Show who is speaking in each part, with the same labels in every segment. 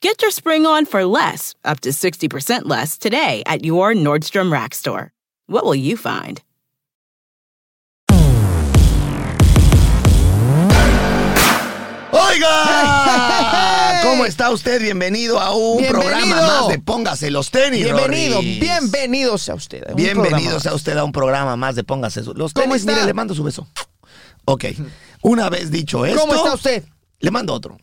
Speaker 1: Get your spring on for less, up to 60% less, today at your Nordstrom Rack store. What will you find?
Speaker 2: ¡Oiga! ¿Cómo está usted? Bienvenido a un
Speaker 3: Bienvenido.
Speaker 2: programa más de Póngase los tenis.
Speaker 3: Bienvenido,
Speaker 2: Rorris.
Speaker 3: bienvenidos a usted. a un
Speaker 2: Bienvenidos
Speaker 3: programa.
Speaker 2: a usted a un programa más de Póngase los
Speaker 3: ¿Cómo
Speaker 2: tenis.
Speaker 3: está?
Speaker 2: Mire, le mando su beso. Ok. Una vez dicho esto.
Speaker 3: ¿Cómo está usted?
Speaker 2: Le mando otro.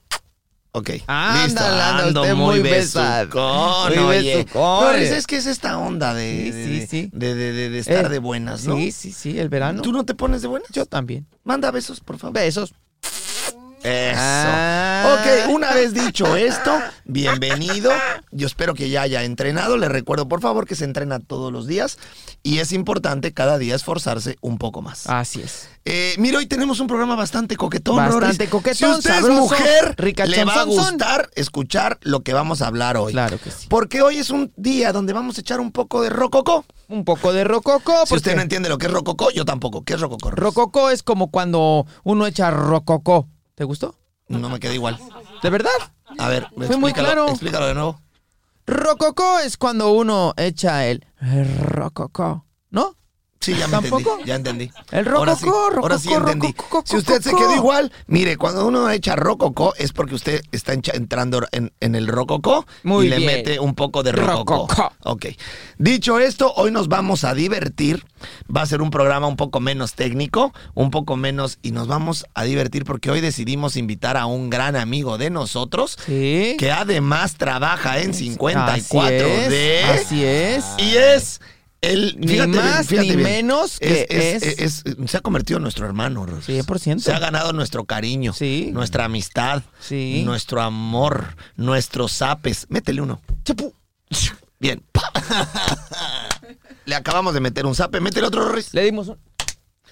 Speaker 2: Ok.
Speaker 3: Ándale,
Speaker 2: Listo.
Speaker 3: anda
Speaker 2: Ando
Speaker 3: usted
Speaker 2: muy
Speaker 3: muy besado.
Speaker 2: besucón,
Speaker 3: Muy
Speaker 2: oye.
Speaker 3: besucón.
Speaker 2: Rorris, es que es esta onda de,
Speaker 3: Sí, sí,
Speaker 2: de-
Speaker 3: sí.
Speaker 2: de- de- de- de estar
Speaker 3: Eh,
Speaker 2: de buenas, ¿no?
Speaker 3: Sí, sí, sí, el verano.
Speaker 2: ¿Tú no te pones de buenas?
Speaker 3: Yo también.
Speaker 2: Manda besos, por favor.
Speaker 3: Besos.
Speaker 2: Eso.
Speaker 3: Ah.
Speaker 2: Ok, una vez dicho esto, bienvenido. Yo espero que ya haya entrenado. Les recuerdo, por favor, que se entrena todos los días y es importante cada día esforzarse un poco más.
Speaker 3: Así es.
Speaker 2: Eh, mira, hoy tenemos un programa bastante coquetón,
Speaker 3: Bastante
Speaker 2: Rorris.
Speaker 3: coquetón,
Speaker 2: Si usted es
Speaker 3: sabroso,
Speaker 2: mujer,
Speaker 3: ricachón,
Speaker 2: le va a
Speaker 3: son, son.
Speaker 2: gustar escuchar lo que vamos a hablar hoy.
Speaker 3: Claro que sí.
Speaker 2: Porque hoy es un día donde vamos a echar un poco de rococó.
Speaker 3: Un poco de rococó.
Speaker 2: Si usted
Speaker 3: porque
Speaker 2: no entiende lo que es rococó, yo tampoco. ¿Qué es rococó? Rorris?
Speaker 3: Rococó es como cuando uno echa rococó. ¿Te gustó?
Speaker 2: No me queda igual.
Speaker 3: ¿De verdad?
Speaker 2: A ver,
Speaker 3: Fue muy
Speaker 2: explícalo-
Speaker 3: claro.
Speaker 2: Explícalo de nuevo.
Speaker 3: Rococó es cuando uno echa el rococó, ¿no?
Speaker 2: Sí, ya me
Speaker 3: ¿Tampoco?
Speaker 2: entendí. Ya entendí.
Speaker 3: El
Speaker 2: Ahora sí,
Speaker 3: rococó,
Speaker 2: ahora sí
Speaker 3: rococó,
Speaker 2: entendí.
Speaker 3: rococó,
Speaker 2: si usted se
Speaker 3: rococó.
Speaker 2: quedó igual, mire, cuando uno echa rococó es porque usted está encha- entrando en, en el rococó
Speaker 3: Muy
Speaker 2: y le
Speaker 3: bien.
Speaker 2: mete un poco de rococó.
Speaker 3: Rococó.
Speaker 2: Ok. Dicho esto, hoy nos vamos a divertir. Va a ser un programa un poco menos técnico, un poco menos y nos vamos a divertir porque hoy decidimos invitar a un gran amigo de nosotros
Speaker 3: Sí.
Speaker 2: que además trabaja en 54
Speaker 3: así es,
Speaker 2: de
Speaker 3: Así es.
Speaker 2: y es el.
Speaker 3: Ni más ni menos que es-
Speaker 2: es- se ha convertido en nuestro hermano, Rorris.
Speaker 3: 100%.
Speaker 2: Se ha ganado nuestro cariño.
Speaker 3: Sí.
Speaker 2: Nuestra amistad.
Speaker 3: Sí.
Speaker 2: Nuestro amor. Nuestros zapes. Métele uno. Chapu. Bien. Le acabamos de meter un zape. Métele otro, Rorris.
Speaker 3: Le dimos un.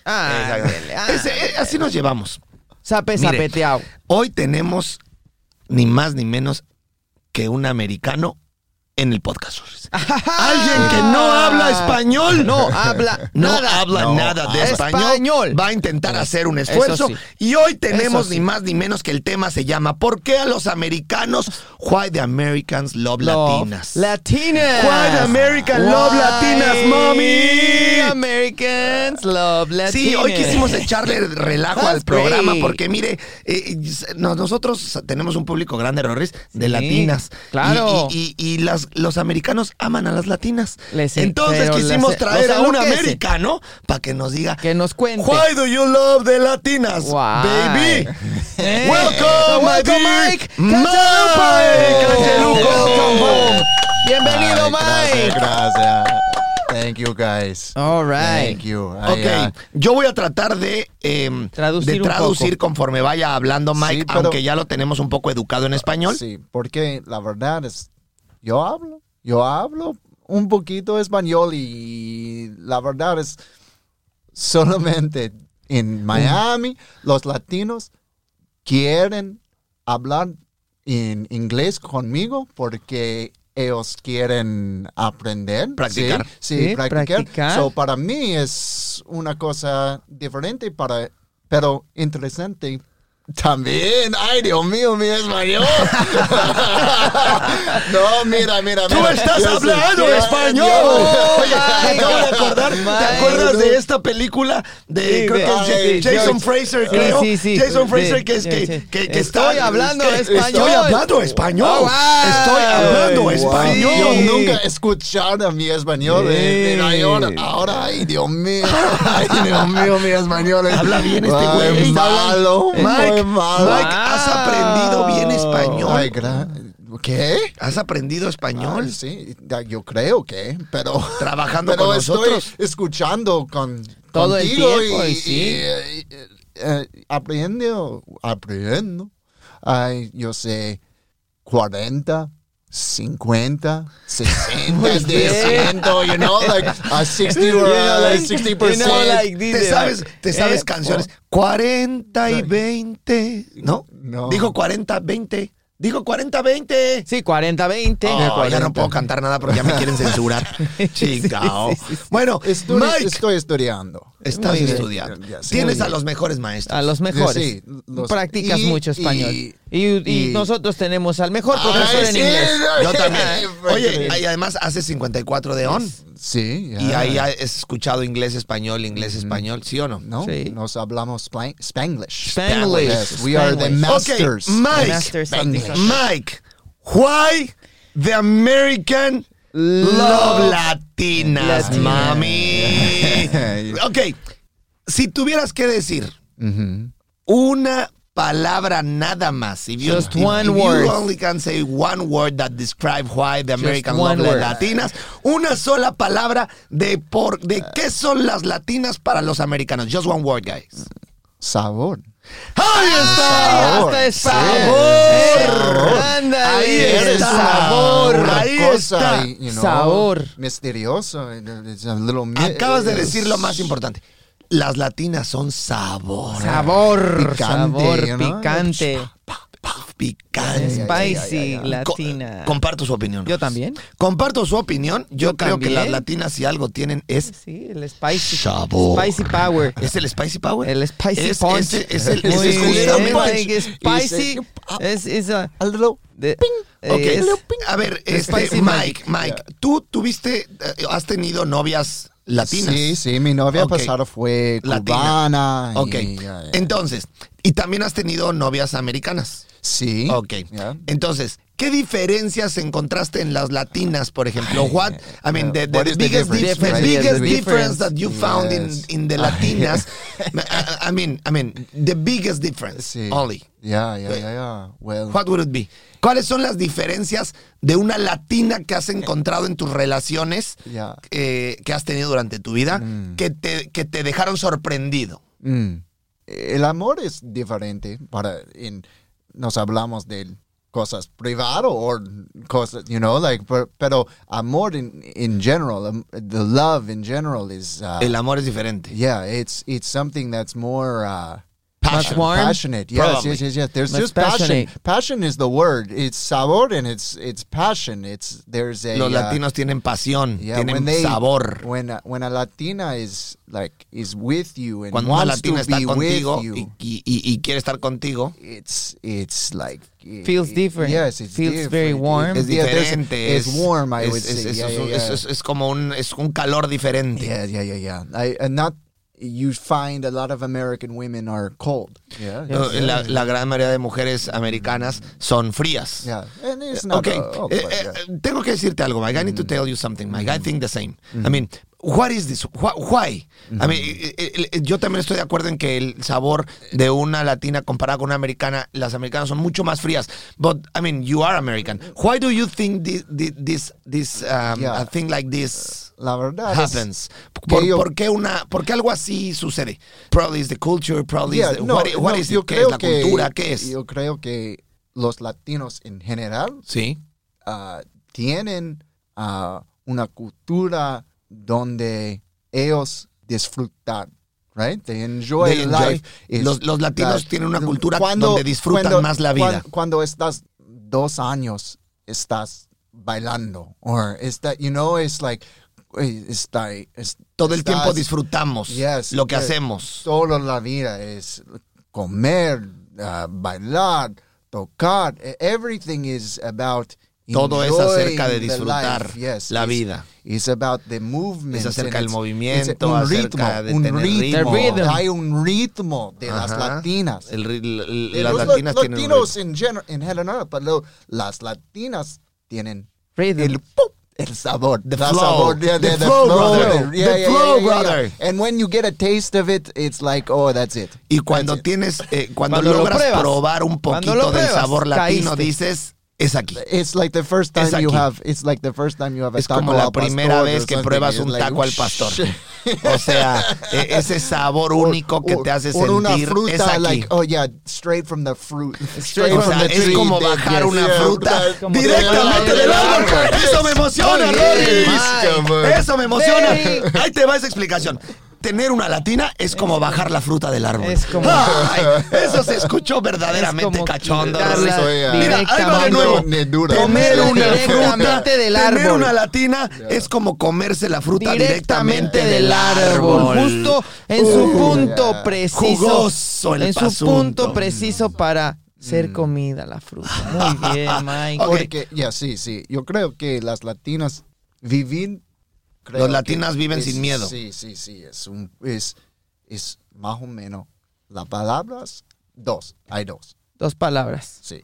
Speaker 3: Ah,
Speaker 2: Exacto.
Speaker 3: ándele, ah.
Speaker 2: Ese- eh, así nos llevamos.
Speaker 3: Zape,
Speaker 2: Mire,
Speaker 3: zapeteado.
Speaker 2: Hoy tenemos ni más ni menos que un americano en el podcast. Rorris. Alguien que no habla español.
Speaker 3: No habla
Speaker 2: no
Speaker 3: nada.
Speaker 2: habla
Speaker 3: No
Speaker 2: nada de
Speaker 3: habla
Speaker 2: español,
Speaker 3: español.
Speaker 2: va a intentar hacer un esfuerzo.
Speaker 3: sí.
Speaker 2: Y hoy tenemos
Speaker 3: Eso sí.
Speaker 2: ni más ni menos que el tema se llama ¿Por qué a los americanos? Why the Americans love
Speaker 3: Love
Speaker 2: latinas.
Speaker 3: Latinas.
Speaker 2: Why the American love
Speaker 3: Why
Speaker 2: Latinas, mommy?
Speaker 3: Americans love latinas.
Speaker 2: Sí, hoy quisimos echarle relajo al
Speaker 3: That's
Speaker 2: programa
Speaker 3: great.
Speaker 2: porque mire, eh, no- nosotros tenemos un público grande, Rorris, de
Speaker 3: Sí,
Speaker 2: latinas.
Speaker 3: claro.
Speaker 2: Y, y- y- y las, los americanos aman a las latinas.
Speaker 3: Les-
Speaker 2: Entonces
Speaker 3: pero
Speaker 2: quisimos
Speaker 3: les-
Speaker 2: traer
Speaker 3: los
Speaker 2: a un
Speaker 3: enloquece.
Speaker 2: americano para que nos diga
Speaker 3: Que nos cuente.
Speaker 2: Why do you love the Latinas,
Speaker 3: Why?
Speaker 2: baby?
Speaker 3: Eh.
Speaker 2: Welcome, my
Speaker 3: Welcome,
Speaker 2: dear
Speaker 3: Mike
Speaker 2: Mike
Speaker 3: Canceluco.
Speaker 2: Canceluco, come home.
Speaker 3: Bienvenido,
Speaker 4: Ay,
Speaker 3: Mike.
Speaker 4: Gracias, gracias. Thank you, guys.
Speaker 3: All right.
Speaker 4: Thank you. I, uh,
Speaker 2: Ok, yo voy a tratar de, em,
Speaker 3: Traducir
Speaker 2: de
Speaker 3: un
Speaker 2: traducir conforme vaya hablando Mike,
Speaker 4: Sí, pero-
Speaker 2: aunque ya lo tenemos un poco educado en español.
Speaker 4: sí, porque la verdad es, yo hablo, yo hablo un poquito español y la verdad es, solamente en Miami los latinos quieren hablar en inglés conmigo porque ellos quieren aprender.
Speaker 2: Practicar.
Speaker 4: Sí, sí,
Speaker 3: Sí,
Speaker 4: practicar.
Speaker 3: practicar.
Speaker 4: So, para mí es una cosa diferente, para, pero interesante También, ay Dios mío, mi español. no, mira, mira, mira.
Speaker 2: ¡Tú estás
Speaker 4: Yo sé-
Speaker 2: hablando
Speaker 4: yo-
Speaker 2: español!
Speaker 4: yo-
Speaker 2: Oye, me acabo de acordar. ¿Te
Speaker 3: my
Speaker 2: acuerdas
Speaker 3: God.
Speaker 2: de esta película de
Speaker 3: Sí,
Speaker 2: creo que
Speaker 4: de-
Speaker 2: es
Speaker 4: ah, de
Speaker 2: Jason
Speaker 4: George.
Speaker 2: Fraser,
Speaker 3: Sí,
Speaker 2: creo?
Speaker 3: sí, sí.
Speaker 2: Jason Fraser
Speaker 3: Sí,
Speaker 2: que es
Speaker 3: sí,
Speaker 2: que,
Speaker 3: sí.
Speaker 2: que- que
Speaker 3: Estoy
Speaker 2: está-
Speaker 3: hablando
Speaker 2: que- Estoy
Speaker 3: español.
Speaker 2: hablando español.
Speaker 3: Oh, wow.
Speaker 2: Estoy hablando
Speaker 3: Wow.
Speaker 2: español.
Speaker 4: Yo nunca escuchar a mi español. eh,
Speaker 3: Sí.
Speaker 4: pero ahora, ahora, ay Dios mío. Ay Dios mío, mi español. es-
Speaker 2: Habla bien este
Speaker 4: Ay,
Speaker 2: güey. Está
Speaker 4: malo,
Speaker 2: Mike,
Speaker 4: muy malo.
Speaker 2: Mike, has aprendido bien
Speaker 3: Ah.
Speaker 2: español.
Speaker 4: Ay, gra- ¿Qué?
Speaker 2: ¿Has aprendido español?
Speaker 4: Ay, Ah, sí, ya, yo creo que, pero
Speaker 2: Trabajando
Speaker 4: pero
Speaker 2: con
Speaker 4: estoy
Speaker 2: nosotros.
Speaker 4: escuchando con
Speaker 3: Todo el
Speaker 4: contigo
Speaker 3: tiempo,
Speaker 4: y,
Speaker 3: y sí.
Speaker 4: y, eh, eh, aprendo, aprendo. Ay, yo sé 40 50, 60,
Speaker 3: Muy bien.
Speaker 4: 100, you know, like a 60,
Speaker 3: You know,
Speaker 4: uh,
Speaker 3: like-
Speaker 4: 60%.
Speaker 3: you know, like this.
Speaker 2: Te
Speaker 3: Dice,
Speaker 2: sabes,
Speaker 3: Mike,
Speaker 2: te sabes
Speaker 3: eh,
Speaker 2: canciones. 40 y 20. ¿No?
Speaker 4: No.
Speaker 2: Dijo 40, 20. Dijo 40, 20.
Speaker 3: Sí, 40-20.
Speaker 2: Oh, ya no puedo cantar nada porque ya me quieren censurar. Chingao. Bueno,
Speaker 4: Estoy-
Speaker 2: Mike,
Speaker 4: estoy estudiando.
Speaker 2: estás
Speaker 3: Muy bien.
Speaker 2: estudiando.
Speaker 4: Ya, ya, sí,
Speaker 2: Tienes
Speaker 4: muy
Speaker 2: a los mejores maestros.
Speaker 3: A los mejores.
Speaker 4: Sí, los-
Speaker 3: Practicas
Speaker 4: y-
Speaker 3: mucho español.
Speaker 4: y-
Speaker 3: Y, y
Speaker 4: y-
Speaker 3: nosotros tenemos al mejor profesor
Speaker 2: Ah,
Speaker 4: Ay,
Speaker 3: en
Speaker 4: sí,
Speaker 3: inglés.
Speaker 4: no,
Speaker 2: Yo también.
Speaker 4: porque-
Speaker 2: Oye,
Speaker 3: eh.
Speaker 2: y además hace 54 de on.
Speaker 4: Sí, ya.
Speaker 2: Y ahí
Speaker 3: Ah.
Speaker 2: has escuchado inglés, español, inglés, español, ¿sí o no?
Speaker 4: No,
Speaker 3: Sí.
Speaker 4: nos hablamos spla- Spanglish.
Speaker 3: Spanglish.
Speaker 4: Yes, we are the
Speaker 3: Spanglish.
Speaker 4: masters.
Speaker 2: Okay, Mike.
Speaker 3: Masters
Speaker 4: Spanglish.
Speaker 3: something.
Speaker 2: Mike, why the American love, Latinas,
Speaker 3: Latina.
Speaker 2: mami? ok, si tuvieras que decir una palabra nada más, if you,
Speaker 3: Just
Speaker 2: if-
Speaker 3: one
Speaker 2: if
Speaker 3: word.
Speaker 2: you only can say one word that describe why the American love
Speaker 3: one
Speaker 2: the
Speaker 3: word.
Speaker 2: Latinas, una sola palabra de por de qué son las latinas para los americanos, just one word, guys.
Speaker 4: Sabor.
Speaker 2: Ahí está.
Speaker 3: Hasta es
Speaker 2: Sabor.
Speaker 3: Eh, ándale,
Speaker 2: Ahí
Speaker 3: eres
Speaker 2: está.
Speaker 3: sabor.
Speaker 4: Una
Speaker 2: Ahí
Speaker 4: cosa,
Speaker 2: está.
Speaker 4: you know,
Speaker 3: Sabor.
Speaker 4: Misterioso. It's a little mi- eh,
Speaker 2: Acabas
Speaker 3: eh,
Speaker 2: de decir lo más importante. Las latinas son sabor.
Speaker 3: Sabor,
Speaker 4: Picante,
Speaker 3: sabor,
Speaker 4: you know?
Speaker 3: picante,
Speaker 2: Pa, pa, Picante.
Speaker 3: spicy,
Speaker 2: Co-
Speaker 3: latina.
Speaker 2: comparto su opinión.
Speaker 3: Yo también.
Speaker 2: Comparto su opinión. Yo,
Speaker 3: Yo
Speaker 2: creo que
Speaker 3: también.
Speaker 2: las latinas si algo tienen es
Speaker 3: Sí, el spicy.
Speaker 2: Sabor.
Speaker 3: Spicy power.
Speaker 2: es el spicy power.
Speaker 3: El spicy
Speaker 2: es,
Speaker 3: punch.
Speaker 2: Es, es el
Speaker 3: Muy
Speaker 2: es el
Speaker 3: bien,
Speaker 2: justamente-
Speaker 3: like,
Speaker 4: Y
Speaker 3: spicy.
Speaker 4: dice,
Speaker 2: ah,
Speaker 3: Es, es a,
Speaker 4: A little
Speaker 3: de-
Speaker 2: Ok.
Speaker 3: eh, es-
Speaker 2: A ver, este,
Speaker 3: Spicy
Speaker 2: Mike,
Speaker 3: Mike.
Speaker 2: Mike, tú tuviste, eh, has tenido novias latinas.
Speaker 4: Sí, sí, mi novia
Speaker 2: Ok.
Speaker 4: pasada fue
Speaker 2: Latina.
Speaker 4: cubana. y-
Speaker 2: Ok.
Speaker 4: yeah, yeah.
Speaker 2: Entonces, y también has tenido novias americanas.
Speaker 4: sí.
Speaker 2: Ok. Eh,
Speaker 4: yeah.
Speaker 2: Entonces, ¿qué diferencias encontraste en las latinas, por ejemplo? What, I mean, the, the-
Speaker 4: eh, What
Speaker 2: the
Speaker 4: is the
Speaker 2: biggest, dif-
Speaker 4: difference?
Speaker 2: the
Speaker 4: Right.
Speaker 2: biggest
Speaker 4: Yes, the
Speaker 2: difference that you
Speaker 4: difference.
Speaker 2: found in,
Speaker 4: Yes.
Speaker 2: in the latinas. I, I mean, I mean, the biggest difference,
Speaker 4: Sí.
Speaker 2: only.
Speaker 4: Yeah,
Speaker 2: Pues
Speaker 4: yeah, yeah, yeah. Well,
Speaker 2: What would it be? ¿Cuáles son las diferencias de una latina que has encontrado en tus relaciones
Speaker 4: Yeah.
Speaker 2: eh, que has tenido durante tu vida que, te, que te dejaron sorprendido?
Speaker 4: Mm. El amor es diferente para en- nos hablamos de cosas privado o cosas, you know, like per- pero amor in, in general, um, the love in general is uh,
Speaker 2: El amor es diferente.
Speaker 4: yeah, it's it's something that's more uh,
Speaker 2: Passion.
Speaker 3: warm.
Speaker 4: passionate. Yes,
Speaker 2: Probably.
Speaker 4: yes, yes, yes. There's
Speaker 3: That's
Speaker 4: just passion.
Speaker 3: passionate.
Speaker 4: Passion is the word. It's sabor and it's it's passion. It's there's a
Speaker 2: Los
Speaker 4: uh,
Speaker 2: latinos tienen pasión,
Speaker 4: yeah,
Speaker 2: tienen
Speaker 4: when they,
Speaker 2: sabor.
Speaker 4: When a, when a Latina is like is with you and
Speaker 2: cuando una
Speaker 4: wants
Speaker 2: latina
Speaker 4: to
Speaker 2: está
Speaker 4: be
Speaker 2: contigo
Speaker 4: with you,
Speaker 2: y, y- y- y quiere estar contigo,
Speaker 4: it's it's like it-
Speaker 3: Feels
Speaker 4: it-
Speaker 3: different.
Speaker 4: Yes, it's
Speaker 3: Feels very
Speaker 4: different.
Speaker 3: warm.
Speaker 2: es
Speaker 4: yeah, there's-
Speaker 2: diferente.
Speaker 4: it's warm. I
Speaker 2: es-
Speaker 4: would
Speaker 2: es-
Speaker 4: say.
Speaker 2: es-
Speaker 4: yeah,
Speaker 2: es-
Speaker 4: yeah,
Speaker 2: es-
Speaker 4: yeah.
Speaker 2: es- es como un, es un calor diferente.
Speaker 4: yeah, yeah, yeah, yeah. I, and not you find a lot of American women are cold. Yeah,
Speaker 2: No, la, la gran mayoría de mujeres americanas son frías.
Speaker 4: yeah. And it's not.
Speaker 2: Ok,
Speaker 4: uh, oh, Mm.
Speaker 2: eh,
Speaker 4: but
Speaker 2: eh,
Speaker 4: yeah.
Speaker 2: tengo que decirte algo, Mike. I need to tell you something, Mike. I think the same.
Speaker 4: Mm.
Speaker 2: I mean, what is this? Wh- Why? I mean, eh, eh, eh, yo también estoy de acuerdo en que el sabor de una latina comparada con una americana, las americanas son mucho más frías. But I mean, you are American. Why do you think this this this um,
Speaker 4: Yeah. Uh,
Speaker 2: a thing like this?
Speaker 4: La verdad es-
Speaker 2: happens. Por,
Speaker 4: yo-
Speaker 2: por qué una, por qué algo así sucede? Probably is the culture, probably
Speaker 4: Yeah,
Speaker 2: is the,
Speaker 4: no,
Speaker 2: what, i- what
Speaker 4: no,
Speaker 2: is it?
Speaker 4: yo
Speaker 2: ¿Qué es
Speaker 4: creo
Speaker 2: la
Speaker 4: que-
Speaker 2: cultura? ¿Qué es?
Speaker 4: Yo creo que los latinos en general
Speaker 2: sí.
Speaker 4: ah, tienen ah, una cultura donde ellos disfrutan, right? They enjoy,
Speaker 2: They enjoy.
Speaker 4: life. It's
Speaker 2: Los- los latinos tienen una cultura donde disfrutan más la vida.
Speaker 4: cuan- Cuando, estás dos años, estás bailando, or está, you know, it's like eh, está, es-
Speaker 2: Todo el tiempo
Speaker 4: estás-
Speaker 2: disfrutamos
Speaker 4: Yes,
Speaker 2: lo que
Speaker 4: yes.
Speaker 2: hacemos.
Speaker 4: Solo la vida es comer, uh, bailar, tocar. E- Everything is about
Speaker 2: Todo es acerca de
Speaker 4: enjoying the
Speaker 2: disfrutar
Speaker 4: life. Yes,
Speaker 2: la
Speaker 4: it's-
Speaker 2: vida.
Speaker 4: It's about the movement.
Speaker 2: Es acerca del
Speaker 4: and it's-
Speaker 2: movimiento,
Speaker 4: it's un
Speaker 2: acerca
Speaker 4: ritmo,
Speaker 2: de
Speaker 4: un
Speaker 2: tener
Speaker 4: ritmo.
Speaker 3: ritmo. The rhythm.
Speaker 4: Hay un ritmo de las
Speaker 2: Ajá.
Speaker 4: latinas.
Speaker 2: El ri- l- l-
Speaker 4: Eh,
Speaker 2: las
Speaker 4: los
Speaker 2: latinas
Speaker 4: la-
Speaker 2: tienen un
Speaker 4: latinos en general, en general, pero las latinas tienen
Speaker 3: Rhythm.
Speaker 4: el pop, el sabor,
Speaker 2: The
Speaker 4: la
Speaker 2: flow.
Speaker 4: sabor, yeah,
Speaker 2: The
Speaker 4: yeah,
Speaker 2: flow, brother.
Speaker 4: Yeah,
Speaker 2: The
Speaker 4: yeah,
Speaker 2: flow,
Speaker 4: yeah, yeah, yeah.
Speaker 2: brother.
Speaker 4: And when you get a taste of it, it's like, oh, that's it.
Speaker 2: Y cuando
Speaker 4: That's it.
Speaker 2: tienes, eh, cuando,
Speaker 3: Cuando lo
Speaker 2: logras
Speaker 3: pruebas.
Speaker 2: probar un
Speaker 3: Cuando
Speaker 2: poquito
Speaker 3: lo
Speaker 2: del
Speaker 3: pruebas,
Speaker 2: sabor latino,
Speaker 3: caíste.
Speaker 2: dices, es aquí.
Speaker 4: It's like the first
Speaker 2: Es
Speaker 4: time you
Speaker 2: aquí.
Speaker 4: have. It's like the first time you have a
Speaker 2: Es
Speaker 4: taco
Speaker 2: como la
Speaker 4: al pastor
Speaker 2: primera
Speaker 4: or
Speaker 2: vez que
Speaker 4: something.
Speaker 2: pruebas
Speaker 4: It's
Speaker 2: un
Speaker 4: like, "Oh,
Speaker 2: taco al pastor.
Speaker 4: shh.
Speaker 2: O sea, e- ese sabor único que
Speaker 4: Or-
Speaker 2: te hace
Speaker 4: or una
Speaker 2: sentir
Speaker 4: fruta,
Speaker 2: es aquí.
Speaker 4: like, oh yeah, straight from the fruit. Straight
Speaker 2: O
Speaker 4: from
Speaker 2: sea,
Speaker 4: the
Speaker 2: es
Speaker 4: tree.
Speaker 2: como
Speaker 4: Yes,
Speaker 2: bajar
Speaker 4: yes,
Speaker 2: una
Speaker 4: yeah,
Speaker 2: fruta
Speaker 4: es como-
Speaker 2: directamente
Speaker 4: Yeah,
Speaker 2: del
Speaker 4: yeah,
Speaker 2: árbol.
Speaker 4: yeah.
Speaker 2: Eso me emociona,
Speaker 3: Muy
Speaker 2: Rory.
Speaker 3: bien,
Speaker 4: Mike.
Speaker 2: Eso me emociona.
Speaker 3: Very.
Speaker 2: Ahí te va esa explicación. Tener una latina es como bajar la fruta del árbol.
Speaker 3: es como-
Speaker 2: Ay, eso se escuchó verdaderamente
Speaker 3: Es como
Speaker 2: cachondo.
Speaker 3: quitarla
Speaker 2: Rory. Mira, ahí va de
Speaker 3: directamente.
Speaker 2: nuevo.
Speaker 4: Ne dura.
Speaker 2: Comer
Speaker 4: Quitarla
Speaker 2: una fruta,
Speaker 3: directamente del
Speaker 2: tener
Speaker 3: árbol.
Speaker 2: una latina es como comerse la fruta
Speaker 3: directamente del árbol. Justo en su
Speaker 2: Uh,
Speaker 3: punto
Speaker 4: ya.
Speaker 3: preciso.
Speaker 2: Jugoso el
Speaker 3: en su
Speaker 2: pasunto.
Speaker 3: punto preciso para ser comida la fruta. Muy bien, Mike.
Speaker 2: Ok.
Speaker 4: Porque, ya, sí, sí. Yo creo que las latinas vivir. creo
Speaker 2: Los
Speaker 4: que
Speaker 2: latinas viven
Speaker 4: es-
Speaker 2: sin miedo.
Speaker 4: Sí, sí, sí. Es, un, es, es más o menos. Las palabras, dos. Hay dos.
Speaker 3: Dos palabras.
Speaker 4: Sí.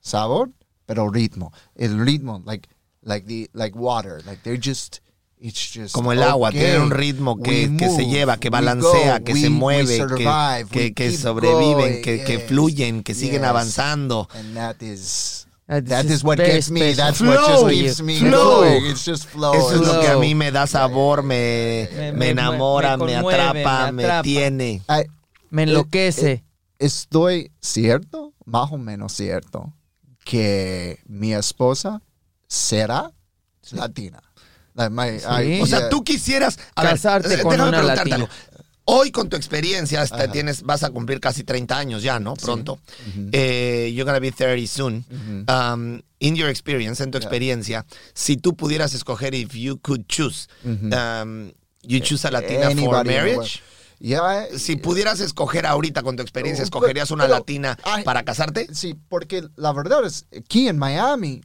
Speaker 4: Sabor, pero ritmo. El ritmo, like, like, the, like water. Like they're just. It's just
Speaker 2: Como el agua,
Speaker 4: okay.
Speaker 2: tiene un ritmo que,
Speaker 4: We
Speaker 2: que se
Speaker 4: move,
Speaker 2: lleva, que
Speaker 4: we
Speaker 2: balancea,
Speaker 4: go,
Speaker 2: que
Speaker 4: we-
Speaker 2: se
Speaker 4: we
Speaker 2: mueve, que-
Speaker 4: survive,
Speaker 2: que,
Speaker 4: we
Speaker 2: que
Speaker 4: keep
Speaker 2: sobreviven,
Speaker 4: going,
Speaker 2: que, que
Speaker 4: yes,
Speaker 2: fluyen, que siguen
Speaker 4: yes.
Speaker 2: avanzando.
Speaker 4: And that is
Speaker 3: That is
Speaker 4: that
Speaker 3: just
Speaker 4: is what
Speaker 3: very
Speaker 4: gets me.
Speaker 3: special.
Speaker 4: That's what
Speaker 2: Flow,
Speaker 4: just keeps me
Speaker 2: flow.
Speaker 4: going. It's just flow.
Speaker 2: Eso es lo
Speaker 3: Flow.
Speaker 2: que a mí me da sabor, me,
Speaker 3: Me-
Speaker 2: me
Speaker 3: me-
Speaker 2: enamora,
Speaker 3: me
Speaker 2: me,
Speaker 3: conmueve,
Speaker 2: atrapa,
Speaker 3: me
Speaker 2: me,
Speaker 3: atrapa.
Speaker 2: tiene.
Speaker 4: I-
Speaker 3: Me enloquece.
Speaker 4: estoy cierto, más o menos cierto, que mi esposa será latina. Like my- I-
Speaker 3: Sí.
Speaker 2: O sea,
Speaker 4: yeah.
Speaker 2: tú quisieras a ver,
Speaker 3: Casarte
Speaker 2: eh,
Speaker 3: con
Speaker 2: déjame
Speaker 3: una
Speaker 2: preguntarte
Speaker 3: latina.
Speaker 2: algo. Hoy con tu experiencia hasta tienes, vas a cumplir casi 30 años ya, ¿no? Pronto. Eh, you're gonna be 30 soon. Um, in your experience, en tu experiencia, si tú pudieras escoger, if you could choose, um, you choose a latina for
Speaker 4: Anybody in the world.
Speaker 2: marriage.
Speaker 4: Yeah, I-
Speaker 2: Si pudieras escoger ahorita con tu experiencia,
Speaker 4: Pero-
Speaker 2: ¿escogerías una
Speaker 4: pero-
Speaker 2: latina
Speaker 4: ay.
Speaker 2: para casarte?
Speaker 4: Sí, porque la verdad es, aquí en Miami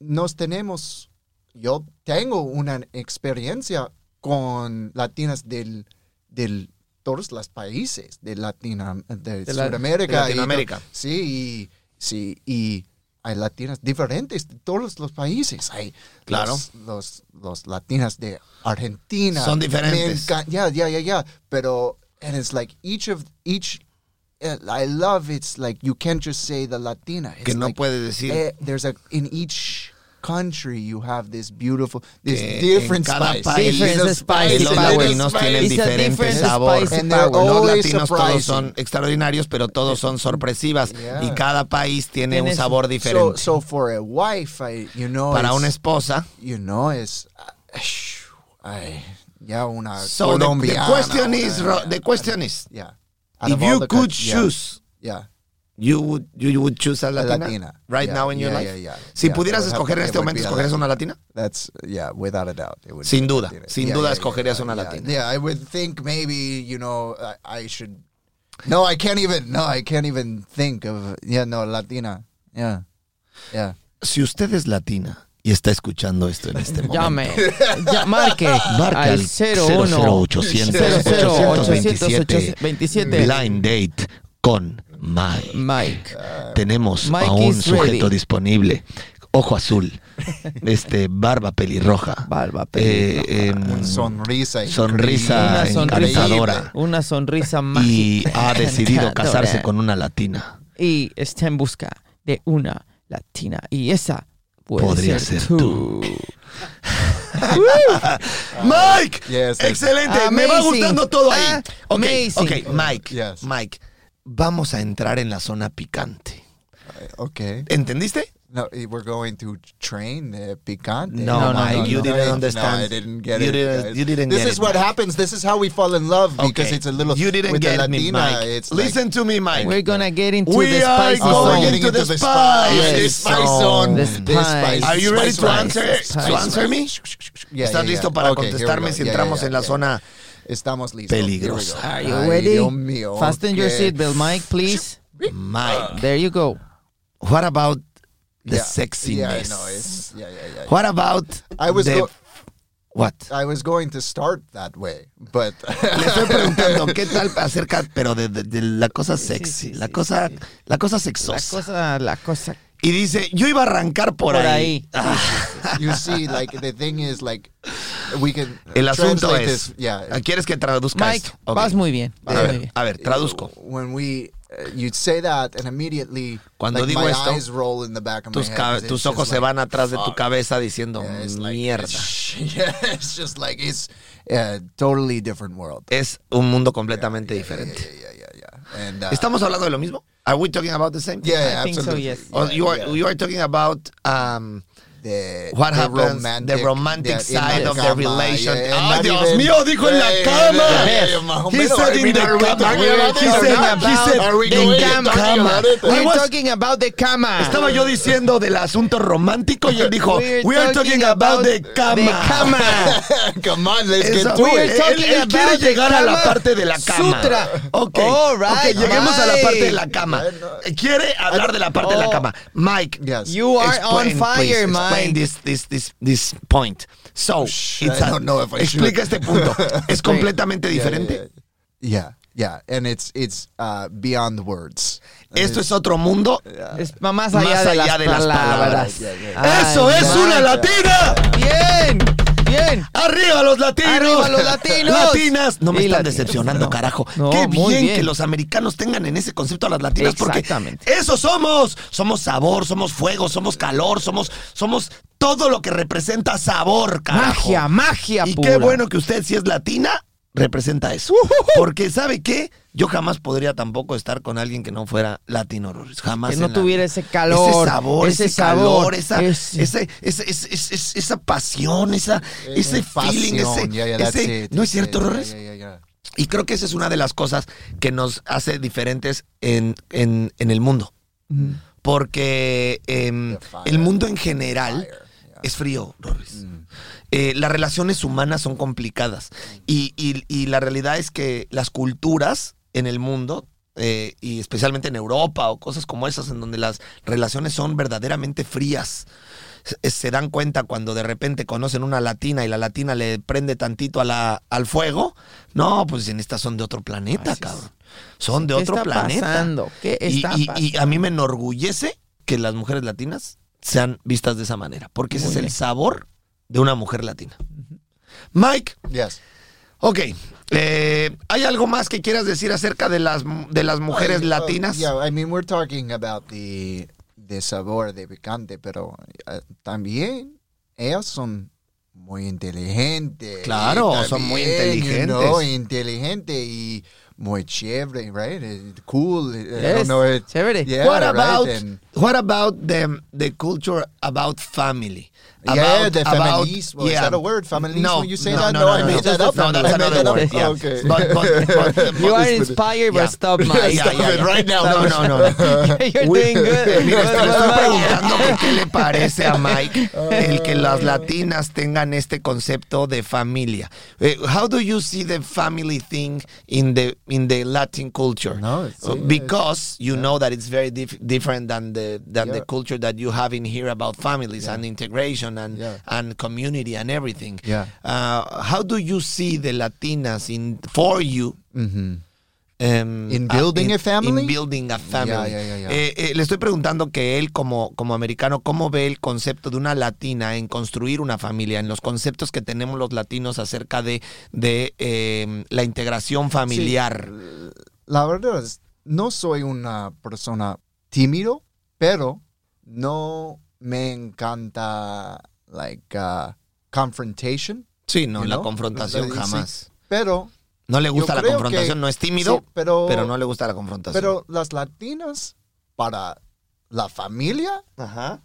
Speaker 4: nos tenemos, yo tengo una experiencia con latinas del, del todos los países de Latina, de,
Speaker 3: De la-
Speaker 4: Sudamérica.
Speaker 2: de
Speaker 4: y-
Speaker 2: Latinoamérica.
Speaker 4: sí, y, sí, y hay latinas diferentes de todos los países. Hay
Speaker 2: Claro.
Speaker 4: Los, los, los latinas de Argentina.
Speaker 2: Son
Speaker 4: Me
Speaker 2: diferentes.
Speaker 4: enca- yeah, yeah, yeah, yeah. Pero, and it's like each of, each, uh, I love it's like you can't just say the Latina. It's
Speaker 2: Que no
Speaker 4: like,
Speaker 2: puedes decir.
Speaker 4: eh, there's a, in each country you have this beautiful, this
Speaker 2: que
Speaker 4: different
Speaker 2: en cada
Speaker 4: spice.
Speaker 2: país
Speaker 3: Different
Speaker 4: Little
Speaker 3: spice,
Speaker 4: spice,
Speaker 2: los
Speaker 4: little
Speaker 2: latinos
Speaker 4: spice.
Speaker 2: tienen
Speaker 3: It's a
Speaker 2: diferente
Speaker 3: different
Speaker 2: sabor.
Speaker 3: spice
Speaker 4: And they're
Speaker 2: Los
Speaker 4: always
Speaker 2: latinos todos son
Speaker 4: surprising.
Speaker 2: extraordinarios, pero todos son sorpresivas.
Speaker 4: Yeah.
Speaker 2: Y cada país tiene un
Speaker 3: Tiene su-
Speaker 2: sabor
Speaker 4: So,
Speaker 2: diferente.
Speaker 4: so for a wife, I, you know,
Speaker 2: Para
Speaker 4: it's-
Speaker 2: una esposa.
Speaker 4: you know, es ay, ay, ya una
Speaker 2: So the, the
Speaker 4: colombiana.
Speaker 2: question is,
Speaker 4: una-
Speaker 2: Ro- the question is,
Speaker 4: yeah. Out
Speaker 2: if
Speaker 4: of all
Speaker 2: you
Speaker 4: the
Speaker 2: could
Speaker 4: countries, yeah,
Speaker 2: choose,
Speaker 4: yeah,
Speaker 2: you would you would choose a
Speaker 4: a
Speaker 2: latina,
Speaker 4: latina,
Speaker 2: right
Speaker 4: Yeah,
Speaker 2: now in your
Speaker 4: yeah,
Speaker 2: life.
Speaker 4: yeah, yeah.
Speaker 2: Si
Speaker 4: Yeah,
Speaker 2: pudieras
Speaker 4: it would have-
Speaker 2: escoger en
Speaker 4: it
Speaker 2: este
Speaker 4: would
Speaker 2: momento,
Speaker 4: be a
Speaker 2: escogerías una latina.
Speaker 4: That's yeah, without a doubt, it would
Speaker 2: Sin
Speaker 4: be
Speaker 2: duda,
Speaker 4: latina.
Speaker 2: sin duda escogerías una
Speaker 4: yeah,
Speaker 2: latina.
Speaker 4: Yeah, I would think maybe you know I, I should. No, I can't even. No, I can't even think of. Yeah, no, latina. Yeah, yeah.
Speaker 2: Si usted es latina y está escuchando esto en este momento.
Speaker 3: Llame. Ya, marque.
Speaker 2: Marca
Speaker 3: al
Speaker 2: al
Speaker 3: 01
Speaker 2: 00800 827
Speaker 3: 27
Speaker 2: Blind Date con Mike.
Speaker 3: Mike.
Speaker 2: Tenemos
Speaker 3: Mike
Speaker 2: a un
Speaker 3: is ready.
Speaker 2: sujeto disponible. Ojo azul, este barba pelirroja,
Speaker 3: Barba
Speaker 2: eh, eh,
Speaker 4: Sonrisa.
Speaker 2: Sonrisa
Speaker 3: Una
Speaker 4: increíble.
Speaker 2: encantadora.
Speaker 3: sonrisa, una sonrisa
Speaker 2: y
Speaker 3: mágica.
Speaker 2: ha decidido casarse
Speaker 3: encantadora.
Speaker 2: con una latina.
Speaker 3: y está en busca de una latina. Y esa puede
Speaker 2: Podría
Speaker 3: ser,
Speaker 2: ser
Speaker 3: tú.
Speaker 2: Mike,
Speaker 4: Yes, yes.
Speaker 2: excelente, me
Speaker 3: Amazing.
Speaker 2: va gustando todo ahí.
Speaker 3: Ah,
Speaker 2: Ok,
Speaker 3: amazing.
Speaker 2: ok, Mike,
Speaker 4: Yes.
Speaker 2: Mike, vamos a entrar en la zona picante.
Speaker 4: Okay.
Speaker 2: ¿Entendiste?
Speaker 4: No, eh, we're going to train uh, picante.
Speaker 2: No,
Speaker 3: No, no, Mike, no, you no.
Speaker 2: didn't understand.
Speaker 4: No, I didn't get
Speaker 2: You
Speaker 4: it.
Speaker 2: didn't-
Speaker 4: guys.
Speaker 2: you didn't
Speaker 4: This
Speaker 2: get it,
Speaker 4: is what
Speaker 2: Mike.
Speaker 4: happens. This is how we fall in love because
Speaker 2: Okay.
Speaker 4: it's a little.
Speaker 2: You didn't
Speaker 4: with the
Speaker 2: get
Speaker 4: Latina,
Speaker 2: me, Mike.
Speaker 4: It's
Speaker 2: Listen to me, Mike.
Speaker 3: We're gonna get into
Speaker 2: We
Speaker 3: the
Speaker 2: are
Speaker 3: spicy
Speaker 4: Oh,
Speaker 2: going
Speaker 4: we're
Speaker 3: zone.
Speaker 4: getting
Speaker 2: into
Speaker 4: into
Speaker 2: the
Speaker 4: the
Speaker 2: spice.
Speaker 4: spice. The
Speaker 2: Yes.
Speaker 4: spice zone.
Speaker 3: The
Speaker 4: The spice.
Speaker 3: spice.
Speaker 2: Are you ready to
Speaker 4: Spice.
Speaker 2: answer,
Speaker 3: Spice.
Speaker 2: to answer me?
Speaker 4: Yeah,
Speaker 2: ¿Estás
Speaker 4: yeah,
Speaker 2: listo
Speaker 4: yeah.
Speaker 2: para
Speaker 4: Okay, here we
Speaker 2: contestarme
Speaker 4: go.
Speaker 2: si
Speaker 4: Yeah,
Speaker 2: entramos
Speaker 4: yeah,
Speaker 2: en la
Speaker 4: yeah.
Speaker 2: zona?
Speaker 4: Estamos listos.
Speaker 2: Peligrosa.
Speaker 3: Are
Speaker 4: Here we go.
Speaker 3: you
Speaker 4: Ay,
Speaker 3: ready?
Speaker 4: Dios mío.
Speaker 3: Fasten your
Speaker 4: Okay.
Speaker 3: seatbelt, Mike, please.
Speaker 2: Ah. Mike.
Speaker 3: There you go.
Speaker 2: What about the
Speaker 4: Yeah.
Speaker 2: sexiness?
Speaker 4: Yeah, no, it's yeah, yeah, yeah.
Speaker 2: What about
Speaker 4: I was
Speaker 2: the-
Speaker 4: go- Ah.
Speaker 2: what?
Speaker 4: I was going to start that way, but
Speaker 2: Le estoy preguntando qué tal acerca, pero de, de- de la cosa sexy,
Speaker 3: sí,
Speaker 2: la
Speaker 3: sí,
Speaker 2: cosa,
Speaker 3: sí.
Speaker 2: la cosa
Speaker 3: La
Speaker 2: sexosa.
Speaker 3: cosa, la cosa.
Speaker 2: Y dice, yo iba a arrancar por,
Speaker 3: Por
Speaker 2: ahí.
Speaker 3: ahí.
Speaker 2: Ah,
Speaker 4: you see, like the thing is, like we can.
Speaker 2: el asunto
Speaker 4: translate
Speaker 2: es,
Speaker 4: this- yeah.
Speaker 2: ¿quieres que traduzca
Speaker 3: Mike,
Speaker 2: esto? Ok.
Speaker 3: vas muy bien.
Speaker 2: A
Speaker 3: vas muy
Speaker 2: ver, Ah,
Speaker 3: bien.
Speaker 2: a ver, traduzco.
Speaker 4: When we uh, you say that, and immediately
Speaker 2: Cuando
Speaker 4: like,
Speaker 2: digo
Speaker 4: my
Speaker 2: esto,
Speaker 4: eyes roll in the back of my
Speaker 2: Tus,
Speaker 4: head.
Speaker 2: ca-
Speaker 4: 'cause
Speaker 2: tus
Speaker 4: it's
Speaker 2: ojos
Speaker 4: just
Speaker 2: se
Speaker 4: like,
Speaker 2: van atrás de tu cabeza diciendo,
Speaker 4: Yeah, it's like
Speaker 2: mierda.
Speaker 4: It's, yeah, it's just like it's a totally different world.
Speaker 2: Es un mundo completamente diferente.
Speaker 4: Yeah, yeah, yeah, yeah. And uh,
Speaker 2: ¿Estamos hablando de lo mismo? Are we talking about the same? thing?
Speaker 4: yeah, yeah,
Speaker 3: I think so,
Speaker 4: absolutely.
Speaker 3: yes.
Speaker 2: Or Oh, you are you are talking about um,
Speaker 4: the,
Speaker 2: what
Speaker 4: the
Speaker 2: happens
Speaker 4: romantic,
Speaker 2: the romantic
Speaker 4: yeah, in my
Speaker 2: side of the
Speaker 4: cama,
Speaker 2: relation.
Speaker 4: yeah, and
Speaker 2: Ay,
Speaker 4: not
Speaker 2: Dios
Speaker 4: even-
Speaker 2: mío, dijo en la
Speaker 4: Yeah, yeah,
Speaker 2: cama.
Speaker 4: yeah, yeah, yeah, más o
Speaker 2: He
Speaker 4: menos.
Speaker 2: said
Speaker 4: I
Speaker 2: in
Speaker 4: mean,
Speaker 2: the
Speaker 4: are we
Speaker 2: cama.
Speaker 4: talking
Speaker 2: He
Speaker 4: about it or
Speaker 2: said-
Speaker 4: not?
Speaker 2: he said
Speaker 4: Are we
Speaker 2: the
Speaker 4: going to
Speaker 2: cam-
Speaker 4: talk
Speaker 2: cama.
Speaker 4: about it?
Speaker 2: I
Speaker 3: We're
Speaker 2: was-
Speaker 3: talking about the cama.
Speaker 2: Estaba yo diciendo del asunto romántico y él dijo, we are talking about the cama.
Speaker 3: The cama.
Speaker 4: Come on, let's
Speaker 2: Eso,
Speaker 4: get to
Speaker 2: él,
Speaker 4: it.
Speaker 3: We're talking
Speaker 2: él quiere
Speaker 3: about the
Speaker 2: llegar a la
Speaker 3: cama
Speaker 2: parte de la cama.
Speaker 3: sutra.
Speaker 2: Ok,
Speaker 3: All right,
Speaker 2: ok, lleguemos a la parte de la
Speaker 3: Mike.
Speaker 2: cama. Quiere hablar de la parte de la
Speaker 3: Oh.
Speaker 2: cama. Mike,
Speaker 4: Yes.
Speaker 3: You are
Speaker 2: explain,
Speaker 3: on fire,
Speaker 2: please, explain
Speaker 3: Mike.
Speaker 2: this, this, this, this point. So,
Speaker 4: Shh,
Speaker 2: it's
Speaker 4: I
Speaker 2: a-
Speaker 4: don't know if I should.
Speaker 2: explica este punto. ¿Es completamente diferente?
Speaker 4: Yeah, yeah, and it's it's uh, beyond words.
Speaker 2: Esto es otro mundo.
Speaker 3: Es va más
Speaker 2: Más
Speaker 3: allá, de,
Speaker 2: allá
Speaker 3: las
Speaker 2: de las palabras.
Speaker 3: palabras.
Speaker 4: Yeah, yeah,
Speaker 2: ¡Eso
Speaker 3: Ay,
Speaker 2: es
Speaker 3: Mike.
Speaker 2: una latina!
Speaker 3: Bien, bien.
Speaker 2: ¡Arriba los latinos!
Speaker 3: ¡Arriba los latinos!
Speaker 2: ¡Latinas! No me
Speaker 3: Y
Speaker 2: están
Speaker 3: latinos,
Speaker 2: decepcionando,
Speaker 3: no.
Speaker 2: carajo.
Speaker 3: No,
Speaker 2: Qué
Speaker 3: muy
Speaker 2: bien,
Speaker 3: bien.
Speaker 2: que los americanos tengan en ese concepto a las latinas porque
Speaker 3: Exactamente.
Speaker 2: eso somos. Somos sabor, somos fuego, somos calor, somos somos todo lo que representa sabor, carajo.
Speaker 3: Magia, magia
Speaker 2: Y
Speaker 3: pura.
Speaker 2: qué bueno que usted si es latina representa eso. Porque ¿sabe qué? Yo jamás podría tampoco estar con alguien que no fuera latino, Rorris. Jamás
Speaker 3: Que no
Speaker 2: en la-
Speaker 3: tuviera ese calor,
Speaker 2: ese sabor, ese,
Speaker 3: ese
Speaker 2: calor,
Speaker 3: sabor,
Speaker 2: esa,
Speaker 3: ese-
Speaker 2: ese- ese- ese- ese- ese- esa pasión, esa, ese feeling, ese,
Speaker 4: Pasión, yeah, yeah, that's
Speaker 2: ese-
Speaker 4: it,
Speaker 2: ¿no es
Speaker 4: that's
Speaker 2: cierto,
Speaker 4: it, yeah,
Speaker 2: Rorris?
Speaker 4: yeah, yeah, yeah.
Speaker 2: Y creo que esa es una de las cosas que nos hace diferentes en, en- en el mundo. Porque em,
Speaker 4: The fire.
Speaker 2: el mundo en general
Speaker 4: Fire, yeah. Mm.
Speaker 2: es frío, Rorris. Eh, las relaciones humanas son complicadas. Y, y- y la realidad es que las culturas en el mundo, eh, y especialmente en Europa o cosas como esas, en donde las relaciones son verdaderamente frías, se- se dan cuenta cuando de repente conocen una latina y la latina le prende tantito a la, al fuego. No, pues en estas son de otro planeta,
Speaker 3: Así es.
Speaker 2: cabrón. Son de
Speaker 3: ¿Qué
Speaker 2: otro
Speaker 3: está
Speaker 2: planeta.
Speaker 3: pasando? ¿Qué
Speaker 2: Y-
Speaker 3: está
Speaker 2: y,
Speaker 3: pasando?
Speaker 2: y a mí me enorgullece que las mujeres latinas sean vistas de esa manera, porque ese
Speaker 3: Muy
Speaker 2: es el
Speaker 3: bien.
Speaker 2: sabor de una mujer latina. Mike,
Speaker 4: Yes.
Speaker 2: ok. eh, ¿Hay algo más que quieras decir acerca de las, de las mujeres
Speaker 4: Uh,
Speaker 2: latinas?
Speaker 4: yeah, I mean we're talking about the the sabor de picante, pero uh, también ellas son muy inteligentes.
Speaker 2: Claro,
Speaker 4: Y
Speaker 2: son muy
Speaker 4: también, you know,
Speaker 2: inteligentes.
Speaker 4: inteligente y muy chévere, right? Uh, Cool. I don't
Speaker 3: Yes,
Speaker 4: know it-
Speaker 3: chévere.
Speaker 4: Yeah,
Speaker 2: what
Speaker 4: right,
Speaker 2: about
Speaker 4: and-
Speaker 2: what about the the culture about family?
Speaker 4: Yeah,
Speaker 2: About,
Speaker 4: the
Speaker 2: about-
Speaker 4: feminismo. Is that a word? Feminismo?
Speaker 2: No,
Speaker 4: You say
Speaker 2: no,
Speaker 4: that?
Speaker 2: No,
Speaker 4: No,
Speaker 2: no,
Speaker 4: I
Speaker 2: no,
Speaker 4: made that up.
Speaker 2: No, that's
Speaker 4: I made
Speaker 2: another
Speaker 4: that up.
Speaker 2: word. Yeah.
Speaker 4: Okay.
Speaker 2: But, but, but, but-
Speaker 3: You are inspired, but stop, Mike.
Speaker 2: Yeah, yeah, yeah.
Speaker 4: Right now.
Speaker 2: No, no, no. no.
Speaker 3: You're
Speaker 2: We-
Speaker 3: doing good.
Speaker 2: Mira,
Speaker 3: Good,
Speaker 2: estoy
Speaker 3: good, Mike.
Speaker 2: preguntando que qué le parece a Mike el que las latinas tengan este concepto de familia. Eh, how do you see the family thing in the in the Latin culture?
Speaker 4: No, it's-
Speaker 2: Uh, because you know that it's very dif- different than the than the
Speaker 4: Yeah.
Speaker 2: culture that you have in here about families and integration and
Speaker 4: Yeah.
Speaker 2: and community and everything.
Speaker 4: Yeah.
Speaker 2: Uh, how do you see the Latinas in for you Em,
Speaker 4: Mm-hmm. In building
Speaker 2: in-
Speaker 4: a family?
Speaker 2: in building a family.
Speaker 4: Ya, ya, ya, ya.
Speaker 2: Eh, eh, le estoy preguntando que él, como, como americano, ¿cómo ve el concepto de una latina en construir una familia? En los conceptos que tenemos los latinos acerca de, de em, la integración familiar.
Speaker 4: La verdad es, no soy una persona tímido, pero no me encanta, like, uh, confrontation.
Speaker 2: Sí, no,
Speaker 4: you
Speaker 2: la
Speaker 4: know?
Speaker 2: confrontación
Speaker 4: Sí,
Speaker 2: jamás.
Speaker 4: Pero,
Speaker 2: No le gusta la
Speaker 4: creo que-
Speaker 2: confrontación, no es tímido,
Speaker 4: sí, pero,
Speaker 2: pero no le gusta la confrontación.
Speaker 4: pero las latinas para la familia
Speaker 2: Ajá.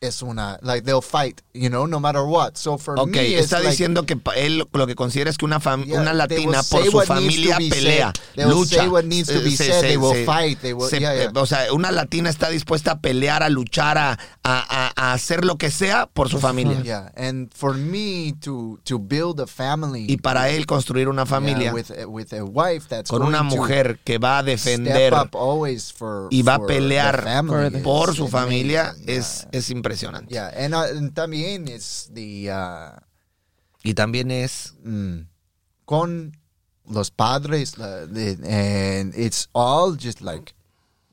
Speaker 4: es una like they'll fight, you know, no matter what. So for
Speaker 2: Ok,
Speaker 4: me, it's
Speaker 2: está
Speaker 4: like,
Speaker 2: diciendo que pa- él lo que considera es que una, fam-
Speaker 4: Yeah,
Speaker 2: una
Speaker 4: they will
Speaker 2: latina por
Speaker 4: say
Speaker 2: su
Speaker 4: what needs to
Speaker 2: familia
Speaker 4: be
Speaker 2: pelea,
Speaker 4: said. They will
Speaker 2: lucha.
Speaker 4: say what needs to be
Speaker 2: Se-
Speaker 4: said.
Speaker 2: se-
Speaker 4: They will
Speaker 2: se-
Speaker 4: fight. They will-
Speaker 2: se-
Speaker 4: yeah, yeah.
Speaker 2: O sea, una latina está dispuesta a pelear, a luchar, a, a- a- a hacer lo que sea por su familia.
Speaker 4: Yeah, and for me to to build a family
Speaker 2: Y para él construir una
Speaker 4: yeah,
Speaker 2: familia
Speaker 4: with a- with a wife that's
Speaker 2: con una
Speaker 4: going to
Speaker 2: mujer que va a defender
Speaker 4: step up always for
Speaker 2: y va a
Speaker 4: for the
Speaker 2: pelear
Speaker 4: family is
Speaker 2: por su
Speaker 4: amazing.
Speaker 2: familia
Speaker 4: Yeah.
Speaker 2: es, es impresionante.
Speaker 4: yeah, and, uh, and también it's the uh,
Speaker 2: Y también es...
Speaker 4: mm, con los padres, la- the- and it's all just like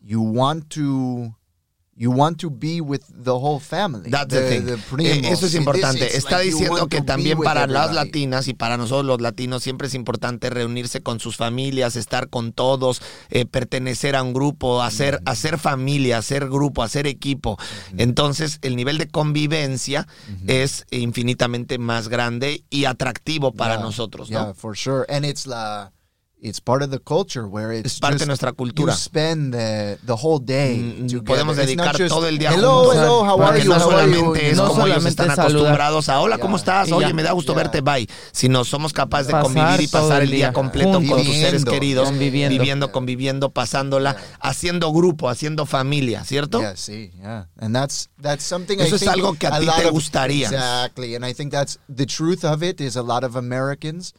Speaker 4: you want to. You want to be with the whole family.
Speaker 2: That's the thing. Eh,
Speaker 4: primos.
Speaker 2: Eso es
Speaker 4: It is-
Speaker 2: importante.
Speaker 4: it's
Speaker 2: Está
Speaker 4: like you
Speaker 2: diciendo
Speaker 4: want
Speaker 2: que
Speaker 4: to be
Speaker 2: también
Speaker 4: with
Speaker 2: para las
Speaker 4: everybody.
Speaker 2: latinas y para nosotros los latinos siempre es importante reunirse con sus familias, estar con todos, eh, pertenecer a un grupo, hacer,
Speaker 4: Mm.
Speaker 2: hacer familia, hacer grupo, hacer equipo. Entonces el nivel de convivencia
Speaker 4: Mm-hmm.
Speaker 2: es infinitamente más grande y atractivo para
Speaker 4: Yeah,
Speaker 2: nosotros. ¿no?
Speaker 4: Yeah, for sure. And it's la, it's part of the culture where it's
Speaker 2: Es parte de
Speaker 4: just
Speaker 2: nuestra cultura.
Speaker 4: You spend the, the whole day
Speaker 2: Mm,
Speaker 4: together.
Speaker 2: Podemos
Speaker 4: It's not
Speaker 2: dedicar
Speaker 4: just,
Speaker 2: todo el día
Speaker 4: Hello,
Speaker 2: juntos.
Speaker 4: hello, how
Speaker 2: Porque
Speaker 4: are you?
Speaker 2: no
Speaker 4: how are you?"
Speaker 2: solamente es
Speaker 3: No
Speaker 2: como ellos
Speaker 3: solamente
Speaker 2: están
Speaker 3: saludar.
Speaker 2: acostumbrados a hola, ¿cómo
Speaker 4: Ya.
Speaker 2: estás?
Speaker 3: Y
Speaker 2: Oye,
Speaker 3: ya.
Speaker 2: me da gusto
Speaker 4: Ya.
Speaker 2: verte, bye. Sino somos capaces de
Speaker 3: Pasar
Speaker 2: convivir y
Speaker 3: todo
Speaker 2: pasar el
Speaker 3: el
Speaker 2: día
Speaker 3: día
Speaker 2: completo con tus
Speaker 4: juntos.
Speaker 2: seres queridos,
Speaker 3: Conviviendo.
Speaker 2: viviendo, conviviendo, pasándola, haciendo grupo, haciendo familia, ¿cierto?
Speaker 4: Yeah, see, yeah, and that's that's something.
Speaker 2: Eso
Speaker 4: I
Speaker 2: es
Speaker 4: think
Speaker 2: algo que a ti
Speaker 4: lot
Speaker 2: te
Speaker 4: of-
Speaker 2: gustaría.
Speaker 4: Exactly, and I think that's the truth of it. Is a lot of Americans,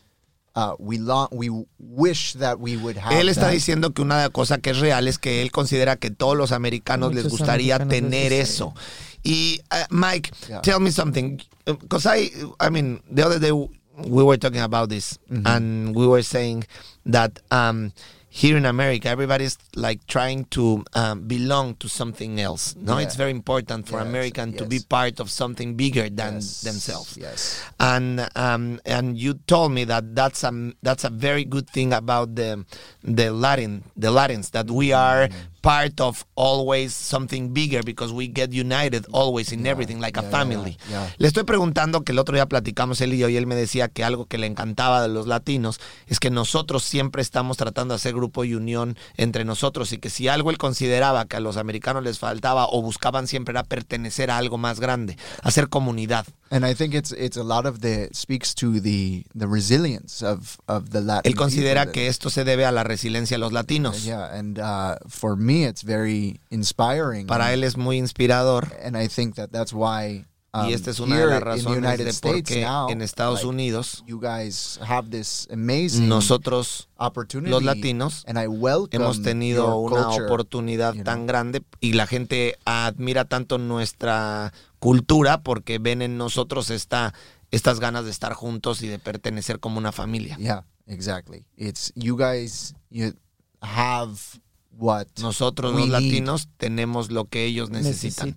Speaker 4: uh, we long, we wish that we would have.
Speaker 2: Él está
Speaker 4: that.
Speaker 2: diciendo que una cosa que es real es que él considera que todos los americanos les
Speaker 3: Muchos
Speaker 2: gustaría
Speaker 3: americanos les
Speaker 2: tener
Speaker 3: gustaría.
Speaker 2: eso. Y uh, Mike,
Speaker 4: Yeah.
Speaker 2: tell me something, because I, I mean, the other day we were talking about this, and we were saying that um, here in America everybody's like trying to um, belong to something else. No, it's very important for
Speaker 4: Yes,
Speaker 2: American to be
Speaker 4: yes.
Speaker 2: part of something bigger than themselves
Speaker 4: Yes.
Speaker 2: and um, and you told me that that's a that's a very good thing about the the Latin the Latins that we are
Speaker 4: Mm.
Speaker 2: part of always something bigger because we get united always in everything like a family.
Speaker 4: yeah, yeah.
Speaker 2: Le estoy preguntando que el otro día platicamos él y yo y él me decía que algo que le encantaba de los latinos es que nosotros siempre estamos tratando de hacer grupo y unión entre nosotros y que si algo él consideraba que a los americanos les faltaba o buscaban siempre era pertenecer a algo más grande, hacer comunidad.
Speaker 4: And I think it's it's a lot of the speaks to the the resilience of of the Latin.
Speaker 2: Él considera
Speaker 4: people that-
Speaker 2: que esto se debe a la resiliencia de los latinos.
Speaker 4: Yeah, and uh, for me, it's very inspiring.
Speaker 2: Para él es muy inspirador
Speaker 4: and I think that that's why. um,
Speaker 2: y esta es una de
Speaker 4: here
Speaker 2: las
Speaker 4: in the
Speaker 2: razones
Speaker 4: United
Speaker 2: de por
Speaker 4: States
Speaker 2: qué
Speaker 4: now,
Speaker 2: en Estados
Speaker 4: like, mm,
Speaker 2: Unidos
Speaker 4: you guys have this amazing
Speaker 2: nosotros
Speaker 4: opportunity.
Speaker 2: los latinos
Speaker 4: and I welcome
Speaker 2: hemos tenido
Speaker 4: um, your
Speaker 2: una
Speaker 4: culture,
Speaker 2: oportunidad
Speaker 4: you know.
Speaker 2: tan grande y la gente admira tanto nuestra cultura porque ven en nosotros esta, estas ganas de estar juntos y de pertenecer como una familia.
Speaker 4: Yeah, exactly. It's you guys. You have what
Speaker 2: Nosotros
Speaker 4: we
Speaker 2: los
Speaker 4: need.
Speaker 2: latinos tenemos lo que ellos necesitan.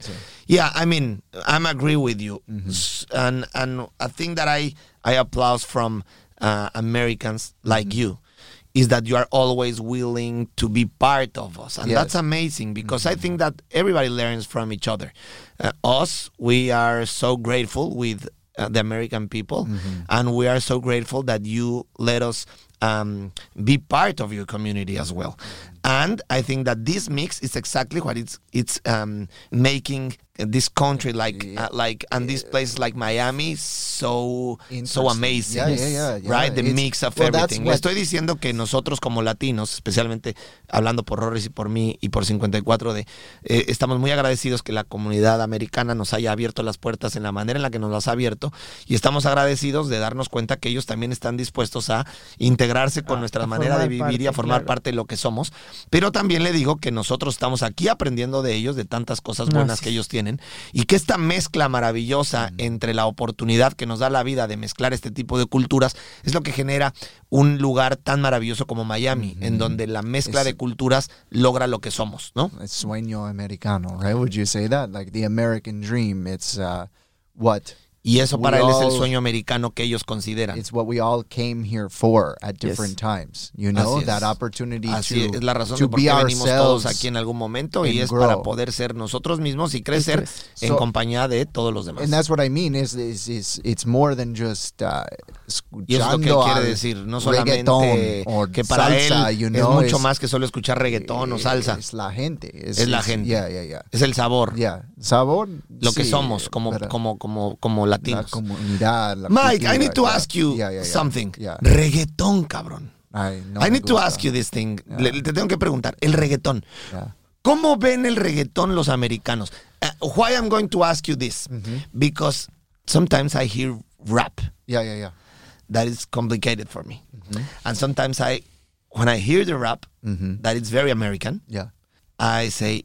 Speaker 2: Yeah, I mean, I'm agree with you,
Speaker 4: Mm-hmm.
Speaker 2: S- and and a thing that I I applaud from uh, Americans like
Speaker 4: Mm-hmm.
Speaker 2: you is that you are always willing to be part of us, and
Speaker 4: Yes. Mm-hmm.
Speaker 2: that's amazing because I think that everybody learns from each other. Uh, us, we are so grateful with uh, the American people,
Speaker 4: Mm-hmm.
Speaker 2: and we are so grateful that you let us. Um, be part of your community as well, and I think that this mix is exactly what it's it's um, making this country like uh, like and this place like Miami so so
Speaker 4: Interesting.
Speaker 2: amazing
Speaker 4: Yeah, yeah, yeah, yeah.
Speaker 2: right the
Speaker 4: It's-
Speaker 2: mix of
Speaker 4: well, that's
Speaker 2: everything le
Speaker 4: what-
Speaker 2: estoy diciendo que nosotros como latinos especialmente hablando por Rorris y por mí y por 54 de eh, estamos muy agradecidos que la comunidad americana nos haya abierto las puertas en la manera en la que nos las ha abierto y estamos agradecidos de darnos cuenta que ellos también están dispuestos a integrarse con nuestra
Speaker 3: a
Speaker 2: manera de
Speaker 3: formar
Speaker 2: vivir y a
Speaker 3: parte,
Speaker 2: formar
Speaker 3: claro.
Speaker 2: parte de lo que somos pero también le digo que nosotros estamos aquí aprendiendo de ellos de tantas cosas buenas
Speaker 3: Gracias.
Speaker 2: que ellos tienen y que esta mezcla
Speaker 4: Mm.
Speaker 2: maravillosa entre la oportunidad que nos da la vida de mezclar este tipo de culturas es lo que genera un lugar tan maravilloso como Miami, en donde la mezcla
Speaker 4: Es-
Speaker 2: de culturas logra lo que somos, ¿no?
Speaker 4: It's sueño americano, right? Would you say that? Like the American dream. It's uh, what
Speaker 2: Y eso
Speaker 4: We
Speaker 2: para él es el
Speaker 4: all-
Speaker 2: sueño americano que ellos consideran.
Speaker 4: It's what we all came here for at different times. You know,
Speaker 2: Así es.
Speaker 4: that opportunity
Speaker 2: Así
Speaker 4: to,
Speaker 2: es la razón
Speaker 4: to
Speaker 2: de por
Speaker 4: be
Speaker 2: qué venimos todos
Speaker 4: ourselves.
Speaker 2: aquí en algún momento
Speaker 4: and
Speaker 2: y es
Speaker 4: grow.
Speaker 2: para poder ser nosotros mismos y crecer
Speaker 3: Eso es.
Speaker 2: en
Speaker 4: So-
Speaker 2: compañía de todos los demás.
Speaker 4: And that's what I mean is, is, is it's more than just uh,
Speaker 2: Y eso es lo que él
Speaker 4: escuchando
Speaker 2: quiere
Speaker 4: al
Speaker 2: decir, no
Speaker 4: reggaetón
Speaker 2: solamente
Speaker 4: or
Speaker 2: que para
Speaker 4: salsa,
Speaker 2: él
Speaker 4: you
Speaker 2: es
Speaker 4: know,
Speaker 2: mucho
Speaker 4: es- eh,
Speaker 2: más que solo escuchar reggaetón o salsa,
Speaker 4: Es la gente.
Speaker 2: Es la gente.
Speaker 4: Yeah, yeah, yeah.
Speaker 2: es el sabor,
Speaker 4: Yeah. Sabor.
Speaker 2: lo que
Speaker 4: sí,
Speaker 2: somos como
Speaker 4: pero
Speaker 2: como como como
Speaker 4: La
Speaker 2: latinos.
Speaker 4: comunidad. La
Speaker 2: Mike,
Speaker 4: cultura,
Speaker 2: I need to
Speaker 4: yeah.
Speaker 2: ask you
Speaker 4: Yeah, yeah, yeah.
Speaker 2: something.
Speaker 4: Yeah.
Speaker 2: Reggaetón, cabrón.
Speaker 4: Ay, no
Speaker 2: I
Speaker 4: me
Speaker 2: need to
Speaker 4: gusta.
Speaker 2: ask you this thing. Le- te tengo que preguntar, el reggaetón.
Speaker 4: Yeah.
Speaker 2: ¿Cómo ven el reggaetón los americanos? Uh, why I'm going to ask you this?
Speaker 4: Mm-hmm.
Speaker 2: Because sometimes I hear rap
Speaker 4: Yeah, yeah, yeah.
Speaker 2: that is complicated for me.
Speaker 4: Mm-hmm.
Speaker 2: And sometimes I when I hear the rap that is very American,
Speaker 4: Yeah.
Speaker 2: I say,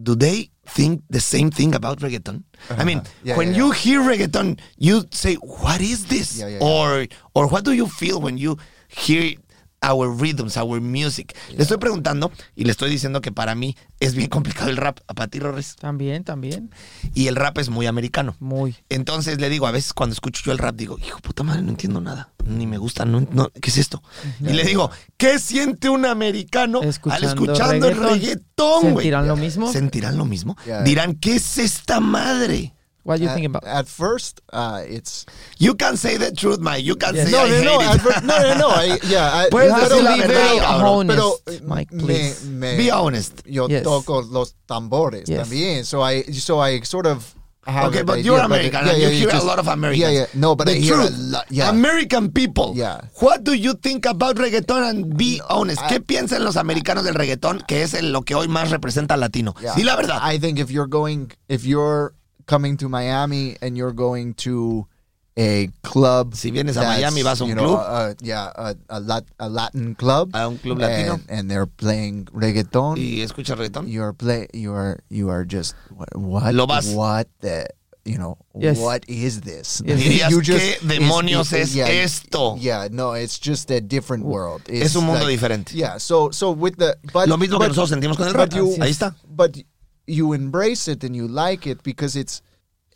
Speaker 2: do they think the same thing about reggaeton? I mean,
Speaker 4: Uh-huh. Yeah,
Speaker 2: when
Speaker 4: yeah,
Speaker 2: you hear reggaeton, you say, what is this?
Speaker 4: Yeah, yeah, yeah.
Speaker 2: Or, or what do you feel when you hear our rhythms, our music? Le estoy preguntando y le estoy diciendo que para mí es bien complicado el rap, a Pati Rorres,
Speaker 3: También, también.
Speaker 2: y el rap es muy americano.
Speaker 3: Muy.
Speaker 2: Entonces le digo, a veces cuando escucho yo el rap, digo, hijo puta madre, no entiendo nada. Ni me gusta, no, no, ¿qué es esto? Y le digo, ¿qué siente un americano
Speaker 3: Escuchando
Speaker 2: al escuchando el
Speaker 3: reggaetón?
Speaker 2: reggaetón, güey?
Speaker 3: ¿Sentirán lo mismo?
Speaker 2: ¿Sentirán lo mismo?
Speaker 4: Ya.
Speaker 2: Dirán, ¿qué es esta madre?
Speaker 3: What you
Speaker 4: At-
Speaker 3: think about?
Speaker 4: At first, uh, it's
Speaker 2: You can say the truth, Mike. You can say
Speaker 4: no,
Speaker 2: I
Speaker 4: no,
Speaker 2: hate
Speaker 4: no,
Speaker 2: it.
Speaker 4: at fir- no, no, no, I- yeah, I-
Speaker 2: Puedes
Speaker 4: I
Speaker 2: decir
Speaker 4: don't
Speaker 2: la
Speaker 4: leave
Speaker 2: verdad,
Speaker 4: it out,
Speaker 3: cabrón.
Speaker 4: pero
Speaker 3: Honest, Mike,
Speaker 4: me-
Speaker 3: please.
Speaker 4: me-
Speaker 2: Be honest.
Speaker 4: Yo
Speaker 3: Yes.
Speaker 4: toco los tambores
Speaker 3: Yes.
Speaker 4: también, so I, so I sort of. Have
Speaker 2: Okay,
Speaker 4: an
Speaker 2: but
Speaker 4: idea,
Speaker 2: you're
Speaker 4: but-
Speaker 2: American
Speaker 4: yeah,
Speaker 2: and
Speaker 4: yeah,
Speaker 2: you hear
Speaker 4: just-
Speaker 2: a lot of Americans.
Speaker 4: Yeah, yeah, no, but
Speaker 2: the
Speaker 4: I hear
Speaker 2: truth,
Speaker 4: a lot. Yeah,
Speaker 2: American people.
Speaker 4: Yeah.
Speaker 2: What do you think about reggaeton and be honest? ¿Qué piensan los americanos del reggaetón, que es el- lo que hoy más representa al latino?
Speaker 4: yeah.
Speaker 2: Sí, la verdad.
Speaker 4: I think if you're going, if you're coming to Miami and you're going to a club,
Speaker 2: Si vienes a
Speaker 4: that's,
Speaker 2: Miami, vas a un
Speaker 4: you know,
Speaker 2: club.
Speaker 4: uh, yeah, a, a, lat, a Latin club,
Speaker 2: A un club
Speaker 4: and,
Speaker 2: latino.
Speaker 4: and they're playing reggaeton.
Speaker 2: y escucha reggaetón.
Speaker 4: you are play you are you are just what what,
Speaker 2: Lo vas-
Speaker 4: what the you know
Speaker 3: Yes.
Speaker 4: what is this
Speaker 3: Yes.
Speaker 2: Dirías,
Speaker 4: you
Speaker 2: "¿Qué demonios es esto?"
Speaker 4: yeah no it's just a different world it's
Speaker 2: Es un mundo diferente.
Speaker 4: yeah so so with the but
Speaker 2: Lo mismo que
Speaker 4: but-
Speaker 2: nosotros sentimos con el rap.
Speaker 4: but you-
Speaker 2: Ahí está.
Speaker 4: but you embrace it and you like it because it's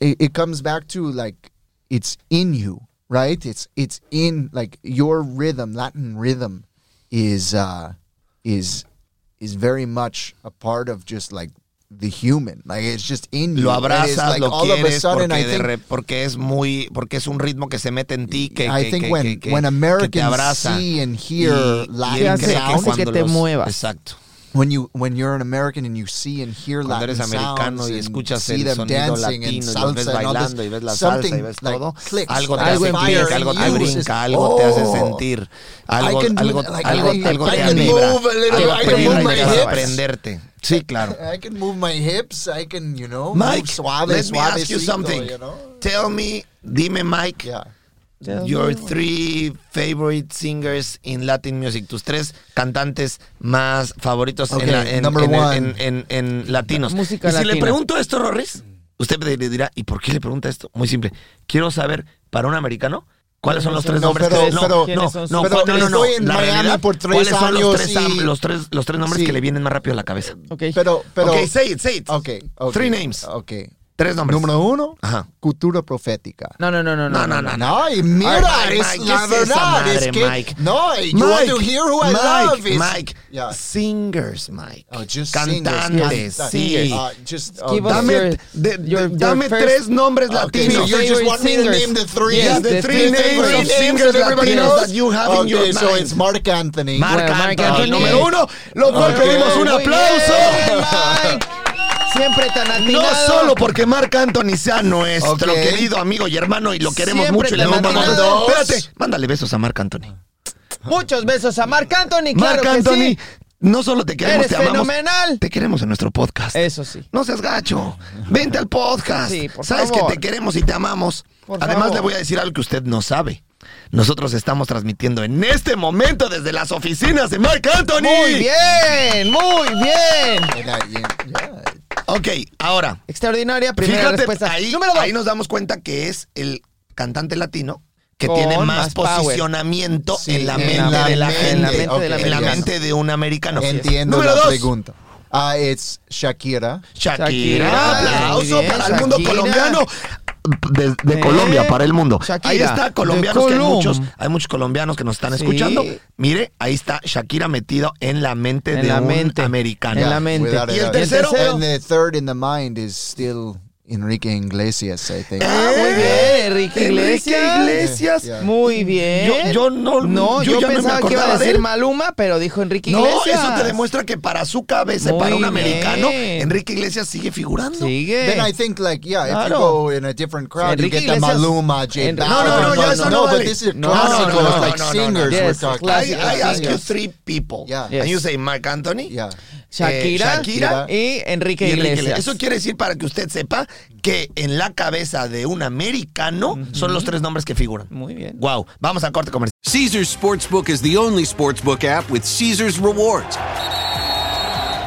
Speaker 4: it, it comes back to like it's in you right it's it's in like your rhythm latin rhythm is uh is is very much a part of just like the human like it's just in you
Speaker 2: Lo
Speaker 4: And it's,
Speaker 2: abrazas,
Speaker 4: like,
Speaker 2: lo
Speaker 4: all of a
Speaker 2: quieres,
Speaker 4: sudden i
Speaker 2: porque, de
Speaker 4: think
Speaker 2: re- porque es muy, porque es un ritmo que se mete en ti, que,
Speaker 4: I
Speaker 2: que-
Speaker 4: think
Speaker 2: que-
Speaker 4: when-
Speaker 2: que- que-
Speaker 4: when
Speaker 2: que te
Speaker 4: Americans
Speaker 2: abraza
Speaker 4: see and hear Latin
Speaker 2: hace que
Speaker 4: sounds-
Speaker 3: Hace que
Speaker 2: cuando
Speaker 3: te muevas.
Speaker 2: Exacto.
Speaker 4: when you when you're an American and you see and hear
Speaker 2: Cuando
Speaker 4: Latin
Speaker 2: eres americano
Speaker 4: sounds
Speaker 2: y
Speaker 4: and
Speaker 2: escuchas
Speaker 4: see
Speaker 2: el
Speaker 4: them
Speaker 2: sonido
Speaker 4: dancing and
Speaker 2: latino y los
Speaker 4: salsa
Speaker 2: ves
Speaker 4: and all this,
Speaker 2: bailando y ves la salsa y
Speaker 4: something
Speaker 2: ves
Speaker 4: like
Speaker 2: todo,
Speaker 4: clicks,
Speaker 2: algo te
Speaker 4: like
Speaker 2: hace
Speaker 4: fire
Speaker 2: clic, algo
Speaker 4: in
Speaker 2: te
Speaker 4: you.
Speaker 2: brinca,
Speaker 4: It's-
Speaker 2: algo te hace
Speaker 4: oh,
Speaker 2: sentir, algo,
Speaker 4: I can do
Speaker 2: algo,
Speaker 4: that, like,
Speaker 2: algo,
Speaker 4: I can-
Speaker 2: algo
Speaker 4: I
Speaker 2: te
Speaker 4: can
Speaker 2: vibra,
Speaker 4: move a little,
Speaker 2: te
Speaker 4: I can
Speaker 2: vibra y
Speaker 4: move my
Speaker 2: te hace
Speaker 4: hips.
Speaker 2: prenderte. Sí, claro.
Speaker 4: I can move my hips. I can, you know,
Speaker 2: Mike,
Speaker 4: move suave,
Speaker 2: let me ask you
Speaker 4: suavecito,
Speaker 2: something.
Speaker 4: you know?
Speaker 2: Tell me, dime Mike,
Speaker 4: Yeah.
Speaker 2: your three favorite singers in Latin music, tus tres cantantes más favoritos
Speaker 4: Okay,
Speaker 2: en, la- en-
Speaker 4: number
Speaker 2: en-
Speaker 4: one.
Speaker 2: en- en- en latinos.
Speaker 3: Música
Speaker 2: y si le
Speaker 3: latina.
Speaker 2: pregunto esto, Rorris, usted le dirá, ¿y por qué le pregunta esto? Muy simple. Quiero saber, para un americano, ¿cuáles son los tres
Speaker 3: No,
Speaker 2: nombres
Speaker 4: pero-
Speaker 2: que no,
Speaker 4: pero-
Speaker 2: no, no,
Speaker 3: ¿quiénes son sus-
Speaker 2: no,
Speaker 4: pero
Speaker 2: no, no, no,
Speaker 4: estoy en
Speaker 2: la
Speaker 4: Miami
Speaker 2: realidad,
Speaker 4: por tres
Speaker 2: ¿cuáles son los
Speaker 4: años
Speaker 2: tres,
Speaker 4: y-
Speaker 2: am- los tres, los tres nombres
Speaker 4: Sí.
Speaker 2: que le vienen más rápido a la cabeza?
Speaker 3: Ok.
Speaker 4: Pero, pero.
Speaker 2: ok, say it, say it.
Speaker 4: okay, okay,
Speaker 2: Three names.
Speaker 4: Okay.
Speaker 2: Tres nombres.
Speaker 4: Número uno,
Speaker 2: Ajá.
Speaker 4: cultura profética.
Speaker 3: no, no, no, no, no,
Speaker 2: no,
Speaker 3: no,
Speaker 2: no.
Speaker 4: No, y mira,
Speaker 2: Ay, Mike,
Speaker 4: es
Speaker 2: Mike, ¿qué
Speaker 4: la
Speaker 2: es esa
Speaker 4: verdad. es
Speaker 2: madre,
Speaker 4: que,
Speaker 2: Mike?
Speaker 4: No, you want to hear who I
Speaker 2: Mike,
Speaker 4: love. is-
Speaker 2: Mike,
Speaker 4: Yeah.
Speaker 2: singers, Mike.
Speaker 4: Oh, just
Speaker 2: Cantantes,
Speaker 4: singers. Canta-
Speaker 2: sí.
Speaker 4: Uh, just, uh,
Speaker 3: Give us
Speaker 4: dame-
Speaker 3: your-
Speaker 2: Dame, de- de-
Speaker 3: your- your
Speaker 2: dame
Speaker 3: first-
Speaker 2: tres nombres
Speaker 4: Okay,
Speaker 2: latinos.
Speaker 4: so you just
Speaker 3: favorite
Speaker 4: want me to
Speaker 3: singers.
Speaker 4: name the three,
Speaker 3: Yes,
Speaker 4: yeah,
Speaker 3: the three
Speaker 4: the three
Speaker 3: names
Speaker 4: favorite
Speaker 3: of
Speaker 2: singers
Speaker 4: that everybody
Speaker 3: latinos
Speaker 4: knows
Speaker 2: that you have in your
Speaker 4: Okay, so
Speaker 2: mind.
Speaker 4: it's Mark Anthony.
Speaker 2: Marc
Speaker 3: Bueno, Marc
Speaker 2: Anthony,
Speaker 3: Anthony.
Speaker 2: número uno, lo cual
Speaker 3: Ok,
Speaker 2: pedimos un
Speaker 3: muy
Speaker 2: aplauso.
Speaker 3: bien, Mike. Siempre tan
Speaker 2: No
Speaker 3: atinado.
Speaker 2: solo porque Marc Anthony sea nuestro
Speaker 4: Ok.
Speaker 2: querido amigo y hermano y lo queremos
Speaker 3: Siempre
Speaker 2: mucho y le
Speaker 3: tan
Speaker 2: mandamos.
Speaker 3: atinado.
Speaker 2: Espérate, mándale besos a Marc Anthony.
Speaker 3: Muchos besos a Marc Anthony, claro
Speaker 2: Marc
Speaker 3: que
Speaker 2: Anthony,
Speaker 3: sí.
Speaker 2: no solo te queremos,
Speaker 3: Eres
Speaker 2: te amamos.
Speaker 3: fenomenal.
Speaker 2: Te queremos en nuestro podcast.
Speaker 3: Eso sí.
Speaker 2: No seas gacho. Vente al podcast.
Speaker 3: Sí, por
Speaker 2: Sabes
Speaker 3: favor.
Speaker 2: que te queremos y te amamos.
Speaker 3: Por
Speaker 2: Además,
Speaker 3: favor.
Speaker 2: le voy a decir algo que usted no sabe. Nosotros estamos transmitiendo en este momento desde las oficinas de Mark Anthony.
Speaker 3: Muy bien, muy bien.
Speaker 4: And I- yeah,
Speaker 2: Ok, ahora,
Speaker 3: Extraordinaria primera
Speaker 2: fíjate,
Speaker 3: respuesta.
Speaker 2: ahí,
Speaker 3: Número dos.
Speaker 2: ahí nos damos cuenta que es el cantante latino que
Speaker 3: Con
Speaker 2: tiene más,
Speaker 3: más power.
Speaker 2: posicionamiento
Speaker 4: Sí,
Speaker 2: en la
Speaker 4: en
Speaker 2: mente
Speaker 4: la
Speaker 2: de la
Speaker 4: mente,
Speaker 2: gente.
Speaker 3: en la mente de la
Speaker 2: en la
Speaker 3: americana.
Speaker 2: mente de un americano.
Speaker 4: Entiendo
Speaker 2: Número
Speaker 4: la
Speaker 2: dos.
Speaker 4: pregunta. Ah, it's Shakira.
Speaker 2: Shakira.
Speaker 3: Shakira.
Speaker 2: Aplauso
Speaker 3: Muy bien,
Speaker 2: para el mundo
Speaker 3: Shakira.
Speaker 2: colombiano.
Speaker 5: de, de
Speaker 3: Eh.
Speaker 5: Colombia para el mundo.
Speaker 3: Shakira,
Speaker 2: Ahí está,
Speaker 3: de
Speaker 2: colombianos, que hay
Speaker 3: Colom.
Speaker 2: muchos, hay muchos colombianos que nos están
Speaker 3: Sí.
Speaker 2: escuchando. Mire, ahí está Shakira metido en la mente
Speaker 3: En
Speaker 2: de
Speaker 3: la
Speaker 2: un
Speaker 3: mente.
Speaker 2: americano.
Speaker 3: En la mente.
Speaker 4: Without a
Speaker 2: Y el
Speaker 4: doubt.
Speaker 2: tercero-
Speaker 4: And the third in the mind is still Enrique Iglesias, I think.
Speaker 3: Ah, muy bien, Enrique
Speaker 2: Enrique
Speaker 3: Iglesias.
Speaker 2: Iglesias.
Speaker 4: Yeah.
Speaker 3: Muy bien.
Speaker 2: Yo- yo no- yo
Speaker 3: yo,
Speaker 2: ya no me
Speaker 3: pensaba que iba
Speaker 2: acordaba
Speaker 3: a
Speaker 2: de
Speaker 3: decir
Speaker 2: él.
Speaker 3: Maluma, pero dijo Enrique
Speaker 2: No,
Speaker 3: Iglesias.
Speaker 2: eso te demuestra que para su cabeza, y
Speaker 3: Muy
Speaker 2: para un
Speaker 3: bien.
Speaker 2: americano, Enrique Iglesias sigue figurando.
Speaker 3: Sigue. Eh,
Speaker 4: Then I think like yeah, if you
Speaker 3: Claro.
Speaker 4: go in a different crowd,
Speaker 3: Enrique
Speaker 4: you get the
Speaker 3: Iglesias-
Speaker 4: Maluma, J
Speaker 3: Enri-
Speaker 4: Balvin.
Speaker 3: No, no, no,
Speaker 2: ya eso no
Speaker 4: no,
Speaker 2: vale.
Speaker 4: But this is
Speaker 3: No,
Speaker 4: classicals,
Speaker 3: no, no,
Speaker 4: like
Speaker 2: no, no, no.
Speaker 4: singers
Speaker 3: Yes,
Speaker 4: we're talking.
Speaker 2: I,
Speaker 3: classic-
Speaker 4: Yeah,
Speaker 2: I
Speaker 4: yeah,
Speaker 2: ask
Speaker 4: yeah.
Speaker 2: you three people.
Speaker 4: Yeah.
Speaker 2: And you
Speaker 3: Yes.
Speaker 2: say Mark Anthony.
Speaker 4: Yeah.
Speaker 3: Shakira,
Speaker 2: Eh, Shakira
Speaker 3: y Enrique
Speaker 2: y Enrique
Speaker 3: Iglesias.
Speaker 2: Iglesias. Eso quiere decir para que usted sepa que en la cabeza de un americano son los tres nombres que figuran.
Speaker 3: Muy bien.
Speaker 2: Wow, vamos a corte comercial.
Speaker 6: Caesar's Sportsbook is the only sportsbook app with Caesar's rewards.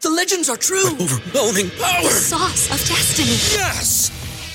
Speaker 7: The legends are true.
Speaker 6: Overwhelming power!
Speaker 7: Sauce of destiny.
Speaker 6: Yes!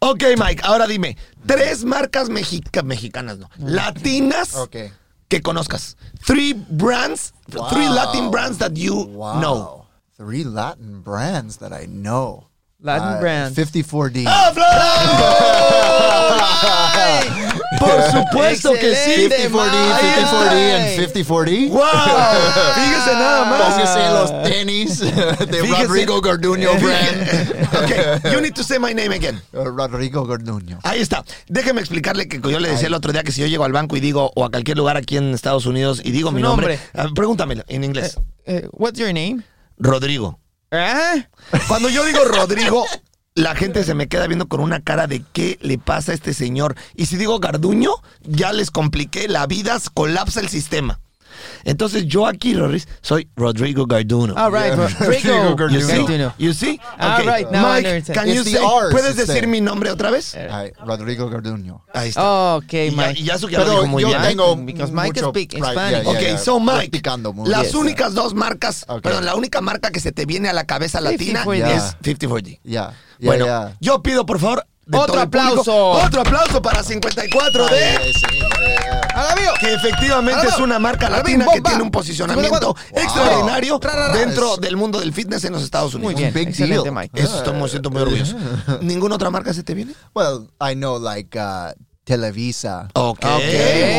Speaker 2: Ok, Mike, ahora dime, tres marcas mexica- mexicanas, no, latinas
Speaker 4: Okay.
Speaker 2: que conozcas. Three brands, three
Speaker 4: Wow.
Speaker 2: Latin brands that you
Speaker 4: Wow.
Speaker 2: know.
Speaker 4: Three Latin brands that I know. Uh,
Speaker 3: Latin
Speaker 2: Ah,
Speaker 3: brand.
Speaker 4: 54D.
Speaker 2: ¡Aplausos! Por supuesto que sí.
Speaker 3: Excelente,
Speaker 4: 50
Speaker 3: Mike.
Speaker 4: 40, 50 40, and 50 40.
Speaker 2: ¡Wow! Fíjese nada más.
Speaker 4: As you say, los tenis de
Speaker 2: Fíjese-
Speaker 4: Rodrigo Garduño brand.
Speaker 2: Ok, you need to say my name again.
Speaker 4: Uh, Rodrigo Garduño.
Speaker 2: Ahí está. Déjeme explicarle que yo le decía el otro día que si yo llego al banco y digo, o a cualquier lugar aquí en Estados Unidos y digo mi nombre, ah, pregúntamelo en inglés.
Speaker 3: Eh, what's your name?
Speaker 2: Rodrigo.
Speaker 3: ¿Ah?
Speaker 2: Cuando yo digo Rodrigo, la gente se me queda viendo con una cara de qué le pasa a este señor. Y si digo Garduño, ya les compliqué la vida, s- colapsa el sistema. Entonces yo aquí, Rorris, soy Rodrigo Garduño.
Speaker 3: All right,
Speaker 4: Rodrigo
Speaker 3: Rodrigo.
Speaker 2: You see?
Speaker 3: Garduño.
Speaker 2: You see?
Speaker 3: All
Speaker 2: Okay.
Speaker 3: right, now I
Speaker 2: Mike,
Speaker 3: understand.
Speaker 2: can
Speaker 4: It's
Speaker 2: you
Speaker 4: the
Speaker 2: say-
Speaker 4: R's
Speaker 2: ¿puedes
Speaker 4: instead.
Speaker 2: decir mi nombre otra vez?
Speaker 4: Ay, Rodrigo Garduño.
Speaker 2: Ahí está.
Speaker 3: Ok,
Speaker 2: Y ya-
Speaker 3: Mike.
Speaker 2: y ya eso que lo dijo
Speaker 4: Pero
Speaker 2: muy
Speaker 4: yo
Speaker 2: bien. ¿eh?
Speaker 4: tengo
Speaker 3: Because Mike
Speaker 4: mucho
Speaker 3: speak
Speaker 4: pride,
Speaker 3: Spanish.
Speaker 4: yeah,
Speaker 2: Ok,
Speaker 4: yeah, yeah.
Speaker 2: so Mike,
Speaker 4: Practicando mucho.
Speaker 2: las
Speaker 4: Yes.
Speaker 2: únicas dos marcas,
Speaker 4: Ok.
Speaker 2: perdón, la única marca que se te viene a la cabeza latina
Speaker 3: 50-40.
Speaker 2: es 5040.
Speaker 4: Yeah, yeah,
Speaker 2: bueno,
Speaker 4: yeah.
Speaker 2: yo pido por favor de
Speaker 3: Otro
Speaker 2: todo el público,
Speaker 3: aplauso.
Speaker 2: otro aplauso para 54
Speaker 4: Ay,
Speaker 2: de
Speaker 4: ay, sí, yeah, yeah.
Speaker 3: ¡Ahora vivo!
Speaker 2: que efectivamente
Speaker 3: Ahora,
Speaker 2: es una marca
Speaker 3: ahora
Speaker 2: latina
Speaker 3: bien,
Speaker 2: que
Speaker 3: bomba.
Speaker 2: tiene un posicionamiento
Speaker 3: 54.
Speaker 2: extraordinario
Speaker 3: Tra, ra, ra.
Speaker 2: dentro del mundo del fitness en los Estados Unidos.
Speaker 3: Muy bien,
Speaker 4: big
Speaker 3: excelente,
Speaker 4: deal. Eh.
Speaker 3: Mike.
Speaker 2: Eso estoy muy, siento muy orgulloso. ¿Ninguna otra marca se te viene?
Speaker 4: Well, I know like uh, Televisa.
Speaker 2: Ok, muy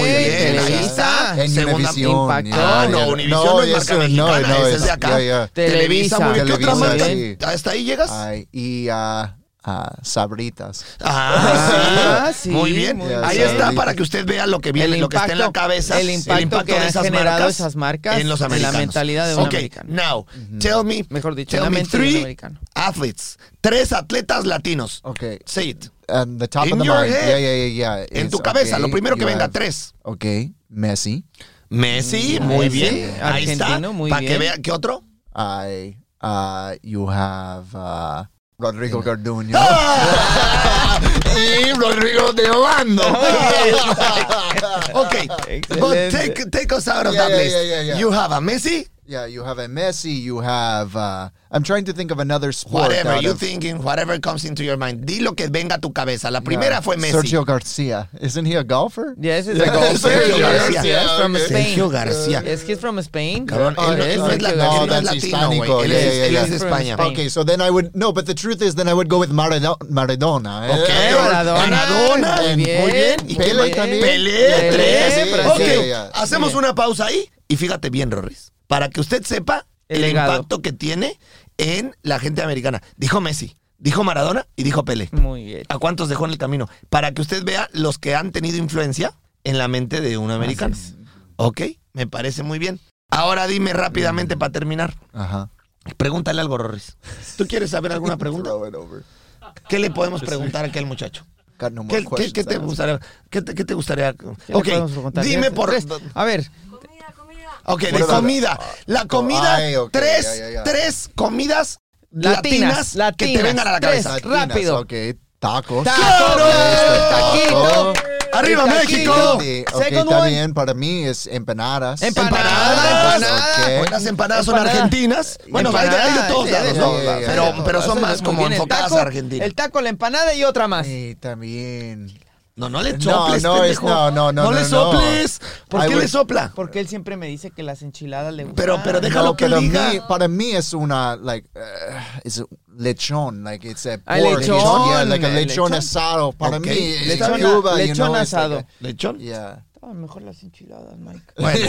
Speaker 2: bien.
Speaker 3: Televisa.
Speaker 2: Ahí está.
Speaker 4: En
Speaker 2: Segunda-
Speaker 4: Univision.
Speaker 3: Impacto.
Speaker 4: yeah,
Speaker 2: Ah, no,
Speaker 4: yeah.
Speaker 2: Univision no, es marca
Speaker 4: eso,
Speaker 2: mexicana,
Speaker 4: no,
Speaker 2: esa es de
Speaker 4: eso,
Speaker 2: acá.
Speaker 4: yeah, yeah.
Speaker 2: Televisa, muy bien. ¿Qué otra
Speaker 4: Televisa,
Speaker 2: marca?
Speaker 4: sí.
Speaker 2: ¿Hasta ahí llegas?
Speaker 4: Ay, y ah, ah, Sabritas.
Speaker 2: Ah,
Speaker 3: Ah,
Speaker 2: sí.
Speaker 3: sí,
Speaker 2: Muy bien.
Speaker 3: muy
Speaker 4: bien.
Speaker 2: Ahí está para que usted vea lo que viene,
Speaker 3: El
Speaker 2: lo que está en la
Speaker 3: impacto-
Speaker 2: cabeza.
Speaker 3: el impacto que han generado esas marcas
Speaker 2: en los
Speaker 3: en la
Speaker 2: americanos.
Speaker 3: mentalidad de un
Speaker 2: Ok,
Speaker 3: americano.
Speaker 2: Now, tell me,
Speaker 3: Mejor dicho,
Speaker 2: tell
Speaker 3: en la
Speaker 2: me
Speaker 3: mente de un
Speaker 2: three
Speaker 3: americano.
Speaker 2: athletes, tres atletas latinos.
Speaker 4: Okay.
Speaker 2: Say it.
Speaker 4: And the top
Speaker 2: In
Speaker 4: of the
Speaker 2: your
Speaker 4: mind.
Speaker 2: head.
Speaker 4: Yeah, yeah, yeah, yeah.
Speaker 2: En
Speaker 4: It's
Speaker 2: tu cabeza,
Speaker 4: okay,
Speaker 2: lo primero que
Speaker 4: you
Speaker 2: venga,
Speaker 4: have-
Speaker 2: tres.
Speaker 4: Okay, Messi.
Speaker 2: Messi, muy
Speaker 3: Mm, Messi,
Speaker 2: bien. Ahí está.
Speaker 3: argentino, muy
Speaker 2: Para que
Speaker 3: bien.
Speaker 2: vea, ¿qué otro?
Speaker 4: I, uh, you have uh, Rodrigo Garduño.
Speaker 2: y Rodrigo de Orlando. okay, but
Speaker 3: Excelente.
Speaker 2: take, take us out of
Speaker 4: Yeah,
Speaker 2: that
Speaker 4: yeah,
Speaker 2: list.
Speaker 4: yeah, yeah, yeah.
Speaker 2: You have a Messi,
Speaker 4: Yeah, you have a Messi. You have. Uh, I'm trying to think of another sport.
Speaker 2: whatever
Speaker 4: out
Speaker 2: you
Speaker 4: of-
Speaker 2: thinking, whatever comes into your mind. Di lo que venga a tu cabeza. La primera
Speaker 4: Yeah.
Speaker 2: fue Messi.
Speaker 4: uh, Sergio Garcia. Isn't he a golfer?
Speaker 3: Yes, it's a goal.
Speaker 2: Sergio Garcia.
Speaker 3: Yes, from
Speaker 4: Okay.
Speaker 3: Spain.
Speaker 2: Sergio García.
Speaker 3: Yes, he's from Spain.
Speaker 2: Cabrón,
Speaker 4: Oh,
Speaker 2: él,
Speaker 4: no,
Speaker 2: él no es, la-
Speaker 4: no,
Speaker 2: él no es
Speaker 4: that's
Speaker 2: latino, güey.
Speaker 4: hispánico.
Speaker 2: Él,
Speaker 4: Yeah,
Speaker 2: es-
Speaker 4: yeah,
Speaker 2: él es
Speaker 4: yeah.
Speaker 2: de
Speaker 3: From
Speaker 2: España.
Speaker 3: Spain.
Speaker 4: Okay, so then I would no, but the truth is, then I would go with Maradona. Maradona.
Speaker 2: Ok,
Speaker 4: Eh,
Speaker 3: Maradona.
Speaker 2: Maradona.
Speaker 3: Muy bien.
Speaker 2: Muy bien. ¿Y qué
Speaker 4: Pele
Speaker 2: más?
Speaker 4: también.
Speaker 2: Pelé,
Speaker 3: Pelé,
Speaker 2: tres.
Speaker 3: sí,
Speaker 2: Ok,
Speaker 3: Brasil.
Speaker 4: Yeah.
Speaker 2: hacemos
Speaker 3: Sí.
Speaker 2: una pausa ahí. Y fíjate bien, Rorris. Para que usted sepa el,
Speaker 3: El legado.
Speaker 2: impacto que tiene en la gente americana. Dijo Messi, dijo Maradona y dijo Pelé.
Speaker 3: Muy bien.
Speaker 2: ¿A cuántos dejó en el camino? Para que usted vea los que han tenido influencia en la mente de un americano. Ok, me parece muy bien. Ahora dime
Speaker 3: Mm.
Speaker 2: rápidamente para terminar.
Speaker 4: Ajá.
Speaker 2: Pregúntale algo, Rorris. ¿Tú quieres saber alguna pregunta?
Speaker 4: Throw it over.
Speaker 2: ¿Qué le podemos preguntar a aquel muchacho?
Speaker 4: Got no more
Speaker 2: ¿Qué, qué-
Speaker 4: questions.
Speaker 2: qué te
Speaker 4: to ask.
Speaker 2: gustaría? ¿Qué te, qué te gustaría?
Speaker 3: ¿Qué le
Speaker 2: Ok,
Speaker 3: podemos preguntar?
Speaker 2: dime
Speaker 3: Tres,
Speaker 2: por...
Speaker 3: tres. ah, A ver,
Speaker 2: Ok, de
Speaker 4: Bueno, la-
Speaker 2: comida. La comida,
Speaker 4: Ay, ok,
Speaker 2: tres,
Speaker 4: ya, ya, ya.
Speaker 2: tres comidas latinas,
Speaker 3: Latinas,
Speaker 2: que te
Speaker 3: latinas,
Speaker 2: vengan a la
Speaker 3: tres.
Speaker 2: cabeza.
Speaker 3: Rápido.
Speaker 4: Okay, tacos.
Speaker 3: ¡Claro! ¡Taquito!
Speaker 4: Taquito.
Speaker 2: ¡Arriba, México!
Speaker 4: Sí, ok,
Speaker 3: Second
Speaker 4: está
Speaker 3: one.
Speaker 4: bien. Para mí es empanadas.
Speaker 3: Empanadas,
Speaker 4: ok.
Speaker 2: Pues las empanadas son
Speaker 3: Empanada.
Speaker 2: argentinas. Bueno, hay de, hay de
Speaker 3: Empanada,
Speaker 2: todos
Speaker 3: sí, hay
Speaker 2: lados,
Speaker 3: de
Speaker 2: ¿no?
Speaker 4: todos lados, hay de
Speaker 2: Pero,
Speaker 4: todos
Speaker 2: pero son
Speaker 3: Eso
Speaker 2: más
Speaker 3: es
Speaker 2: como
Speaker 3: muy bien. El
Speaker 2: enfocadas
Speaker 3: taco,
Speaker 2: a Argentina.
Speaker 3: El taco, la empanada y otra más.
Speaker 4: Sí, también.
Speaker 2: No, no le
Speaker 4: No,
Speaker 2: soples,
Speaker 4: no, es-
Speaker 2: pendejo.
Speaker 4: no, no, no,
Speaker 2: le
Speaker 4: no, no.
Speaker 2: soples. ¿Por
Speaker 4: I
Speaker 2: qué le
Speaker 4: would-
Speaker 2: sopla?
Speaker 3: Porque él siempre me dice que las enchiladas le gustan.
Speaker 2: Pero, pero déjalo
Speaker 4: No,
Speaker 2: que
Speaker 4: para
Speaker 2: diga.
Speaker 4: mí, para mí es una like uh, es lechón, like it's a
Speaker 3: Ah,
Speaker 4: pork,
Speaker 3: lechón,
Speaker 4: yeah, like a
Speaker 3: eh,
Speaker 4: lechón,
Speaker 3: lechón.
Speaker 4: asado. Para
Speaker 2: Ok.
Speaker 4: mí es
Speaker 3: Lechón,
Speaker 4: Cuba,
Speaker 3: lechón
Speaker 4: you know, it's like
Speaker 3: asado.
Speaker 4: a-
Speaker 2: ¿Lechón?
Speaker 4: yeah.
Speaker 3: Estaban Ah, mejor las enchiladas, Mike.
Speaker 2: Bueno,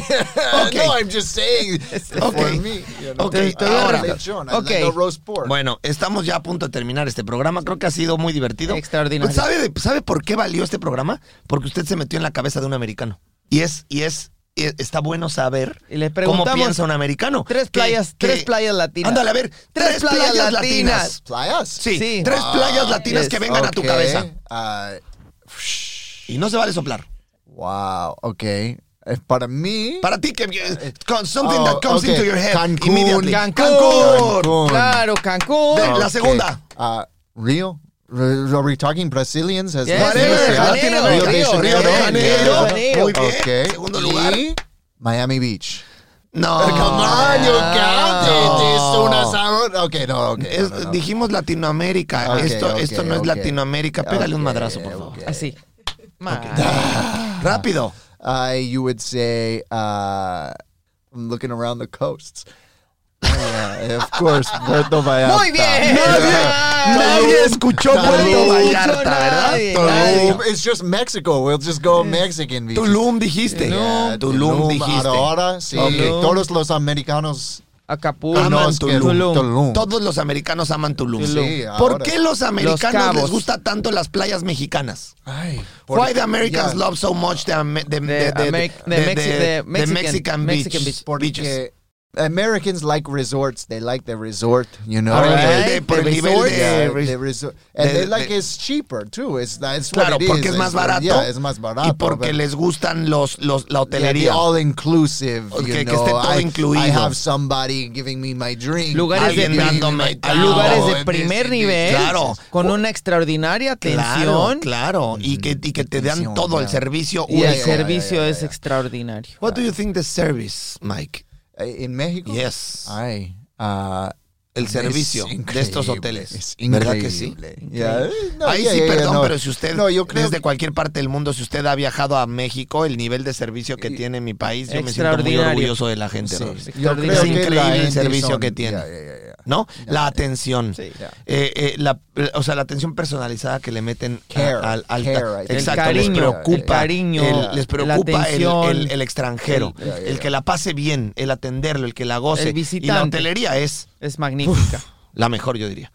Speaker 2: ok.
Speaker 4: No, I'm just saying
Speaker 2: Okay.
Speaker 4: for me. You know,
Speaker 2: Ok,
Speaker 4: I like
Speaker 2: ahora.
Speaker 4: lechón, I
Speaker 3: Okay.
Speaker 4: like a roast pork.
Speaker 2: Bueno, estamos ya a punto de terminar este programa. Creo que ha sido muy divertido.
Speaker 3: Extraordinario.
Speaker 2: ¿Sabe, de- ¿Sabe por qué valió este programa? Porque usted se metió en la cabeza de un americano. Y es, y es, y está bueno saber
Speaker 3: Y le
Speaker 2: cómo
Speaker 3: preguntamos
Speaker 2: piensa un americano.
Speaker 3: tres
Speaker 2: Que-
Speaker 3: playas-
Speaker 2: que-
Speaker 3: tres playas latinas.
Speaker 2: Ándale, a ver, tres,
Speaker 3: Tres
Speaker 2: playas,
Speaker 3: playas
Speaker 2: latinas.
Speaker 3: latinas.
Speaker 4: Playas.
Speaker 2: Sí,
Speaker 3: Sí.
Speaker 2: tres playas latinas
Speaker 3: yes,
Speaker 2: que vengan a tu
Speaker 4: Okay,
Speaker 2: cabeza.
Speaker 4: uh,
Speaker 2: Y no se vale soplar.
Speaker 4: wow. Okay. Eh, Para mí.
Speaker 2: Para ti que eh, con- something
Speaker 4: Oh,
Speaker 2: that comes
Speaker 4: okay.
Speaker 2: into your head
Speaker 4: Cancún,
Speaker 2: immediately.
Speaker 3: Cancún.
Speaker 4: Cancún.
Speaker 3: Claro, Cancún.
Speaker 2: Ve, la
Speaker 4: Okay.
Speaker 2: segunda.
Speaker 4: Uh, Rio. R- are we talking Brazilians? Has
Speaker 3: Yes,
Speaker 4: nothing to
Speaker 2: Whatever.
Speaker 4: say.
Speaker 2: Janeiro,
Speaker 4: Rio de
Speaker 2: Rio,
Speaker 4: Janeiro.
Speaker 2: Rio de Janeiro.
Speaker 4: Yeah.
Speaker 3: Janeiro.
Speaker 2: Muy bien.
Speaker 4: Okay.
Speaker 2: Segundo lugar.
Speaker 4: Y Miami Beach.
Speaker 2: No. Ah.
Speaker 4: Okay, no, okay.
Speaker 2: Es-
Speaker 4: no, no, no.
Speaker 2: Dijimos Latinoamérica.
Speaker 4: Ok,
Speaker 2: esto,
Speaker 4: ok,
Speaker 2: esto no es
Speaker 4: ok.
Speaker 2: Latinoamérica. Pégale un
Speaker 4: Ok,
Speaker 2: madrazo, por favor.
Speaker 3: Así. Mike.
Speaker 2: Rápido.
Speaker 4: Uh, you would say, uh, I'm looking around the coasts. Oh, yeah, of course, Puerto Vallarta.
Speaker 3: Muy bien.
Speaker 2: Nadie escuchó
Speaker 4: Tulum.
Speaker 2: Puerto
Speaker 4: Tulum.
Speaker 2: Vallarta, ¿verdad?
Speaker 3: Nadie, nadie.
Speaker 4: Tulum. It's just Mexico. We'll just go Mexican beaches.
Speaker 2: Tulum dijiste.
Speaker 4: Yeah,
Speaker 2: Tulum dijiste.
Speaker 4: Aurora, sí.
Speaker 3: Ok.
Speaker 4: Todos los americanos
Speaker 3: Acapulco.
Speaker 2: Aman
Speaker 4: conozcan
Speaker 2: Tulum.
Speaker 4: Tulum.
Speaker 2: Todos los americanos aman Tulum.
Speaker 4: Tulum. Sí,
Speaker 2: ¿Por
Speaker 4: ahora.
Speaker 2: qué los americanos
Speaker 3: Cabos.
Speaker 2: les gusta tanto las playas mexicanas?
Speaker 4: Ay,
Speaker 2: Why the Americans
Speaker 4: ya,
Speaker 2: love so much the, Ame- the, the- the-
Speaker 3: Ameri-
Speaker 2: the-
Speaker 3: the
Speaker 2: the-
Speaker 3: Mexi- the
Speaker 2: the
Speaker 3: Mexican-
Speaker 2: Mexican,
Speaker 3: Mexican
Speaker 2: beach,
Speaker 3: beach.
Speaker 2: beaches.
Speaker 4: Porque Americans like resorts. They like the resort, you know.
Speaker 2: Por el nivel
Speaker 4: They-
Speaker 2: de- eh, por el
Speaker 4: the
Speaker 2: nivel
Speaker 4: resort,
Speaker 2: de-
Speaker 4: yeah,
Speaker 2: res-
Speaker 4: the resort. And
Speaker 2: de-
Speaker 4: they like
Speaker 2: de-
Speaker 4: it's cheaper too. It's, that's
Speaker 2: Claro,
Speaker 4: what it
Speaker 2: porque
Speaker 4: is.
Speaker 2: es más
Speaker 4: It's-
Speaker 2: barato.
Speaker 4: yeah, es más barato.
Speaker 2: Y porque
Speaker 4: but-
Speaker 2: les gustan los, los, la
Speaker 4: Yeah, the
Speaker 2: hotelería.
Speaker 4: all inclusive,
Speaker 2: Ok, que
Speaker 4: you
Speaker 2: esté
Speaker 4: know.
Speaker 2: todo
Speaker 4: I,
Speaker 2: incluido.
Speaker 4: I have somebody giving me my drink.
Speaker 3: Lugares de-
Speaker 4: Alguien dándome
Speaker 2: Alguien dándome-
Speaker 4: my towel,
Speaker 3: Lugares de
Speaker 4: and
Speaker 3: primer
Speaker 4: this, and this.
Speaker 3: nivel.
Speaker 2: Claro.
Speaker 3: Con una extraordinaria
Speaker 2: Claro,
Speaker 3: atención.
Speaker 2: claro. Y que, y que te dan
Speaker 4: Atención,
Speaker 2: todo el
Speaker 4: claro.
Speaker 2: servicio.
Speaker 3: Y el
Speaker 4: Yeah, yeah,
Speaker 3: servicio
Speaker 4: yeah, yeah,
Speaker 3: es
Speaker 4: yeah.
Speaker 3: extraordinario.
Speaker 2: What do you think the service, Mike?
Speaker 4: Eh, In Mexico?
Speaker 2: Yes.
Speaker 4: Ay. ah,
Speaker 2: El
Speaker 4: es
Speaker 2: servicio de estos
Speaker 4: increíble,
Speaker 2: hoteles.
Speaker 4: es
Speaker 2: ¿Verdad que sí?
Speaker 4: increíble. Yeah. eh, No,
Speaker 2: Ahí
Speaker 4: yeah,
Speaker 2: sí,
Speaker 4: yeah, yeah,
Speaker 2: perdón,
Speaker 4: no.
Speaker 2: pero si usted,
Speaker 4: No, yo creo
Speaker 2: desde cualquier parte del mundo, si usted ha viajado a México, el nivel de servicio que tiene mi país, yo me siento muy
Speaker 3: Extraordinario.
Speaker 2: orgulloso de la gente.
Speaker 4: Eh, Sí,
Speaker 2: Rodri.
Speaker 4: yo
Speaker 3: Es
Speaker 4: creo que
Speaker 2: increíble
Speaker 4: la
Speaker 2: el
Speaker 4: gente
Speaker 2: servicio
Speaker 4: son-
Speaker 2: que tiene.
Speaker 4: Yeah, yeah, yeah, yeah.
Speaker 2: ¿No? La atención.
Speaker 3: Sí.
Speaker 2: Eh, eh, la, o sea, la atención personalizada que le meten a-
Speaker 4: Care,
Speaker 2: al, al-
Speaker 4: care, I think.
Speaker 2: Exacto,
Speaker 3: El
Speaker 2: les
Speaker 3: cariño,
Speaker 2: preocupa.
Speaker 3: el cariño,
Speaker 2: el- les
Speaker 3: la
Speaker 2: preocupa el,
Speaker 3: atención,
Speaker 2: el- el extranjero, el,
Speaker 4: el- ya, ya, ya.
Speaker 2: que la pase bien, el atenderlo, el que la goce.
Speaker 3: El
Speaker 2: y la
Speaker 3: visitante.
Speaker 2: hotelería es
Speaker 3: Es magnífica.
Speaker 2: la mejor, yo diría.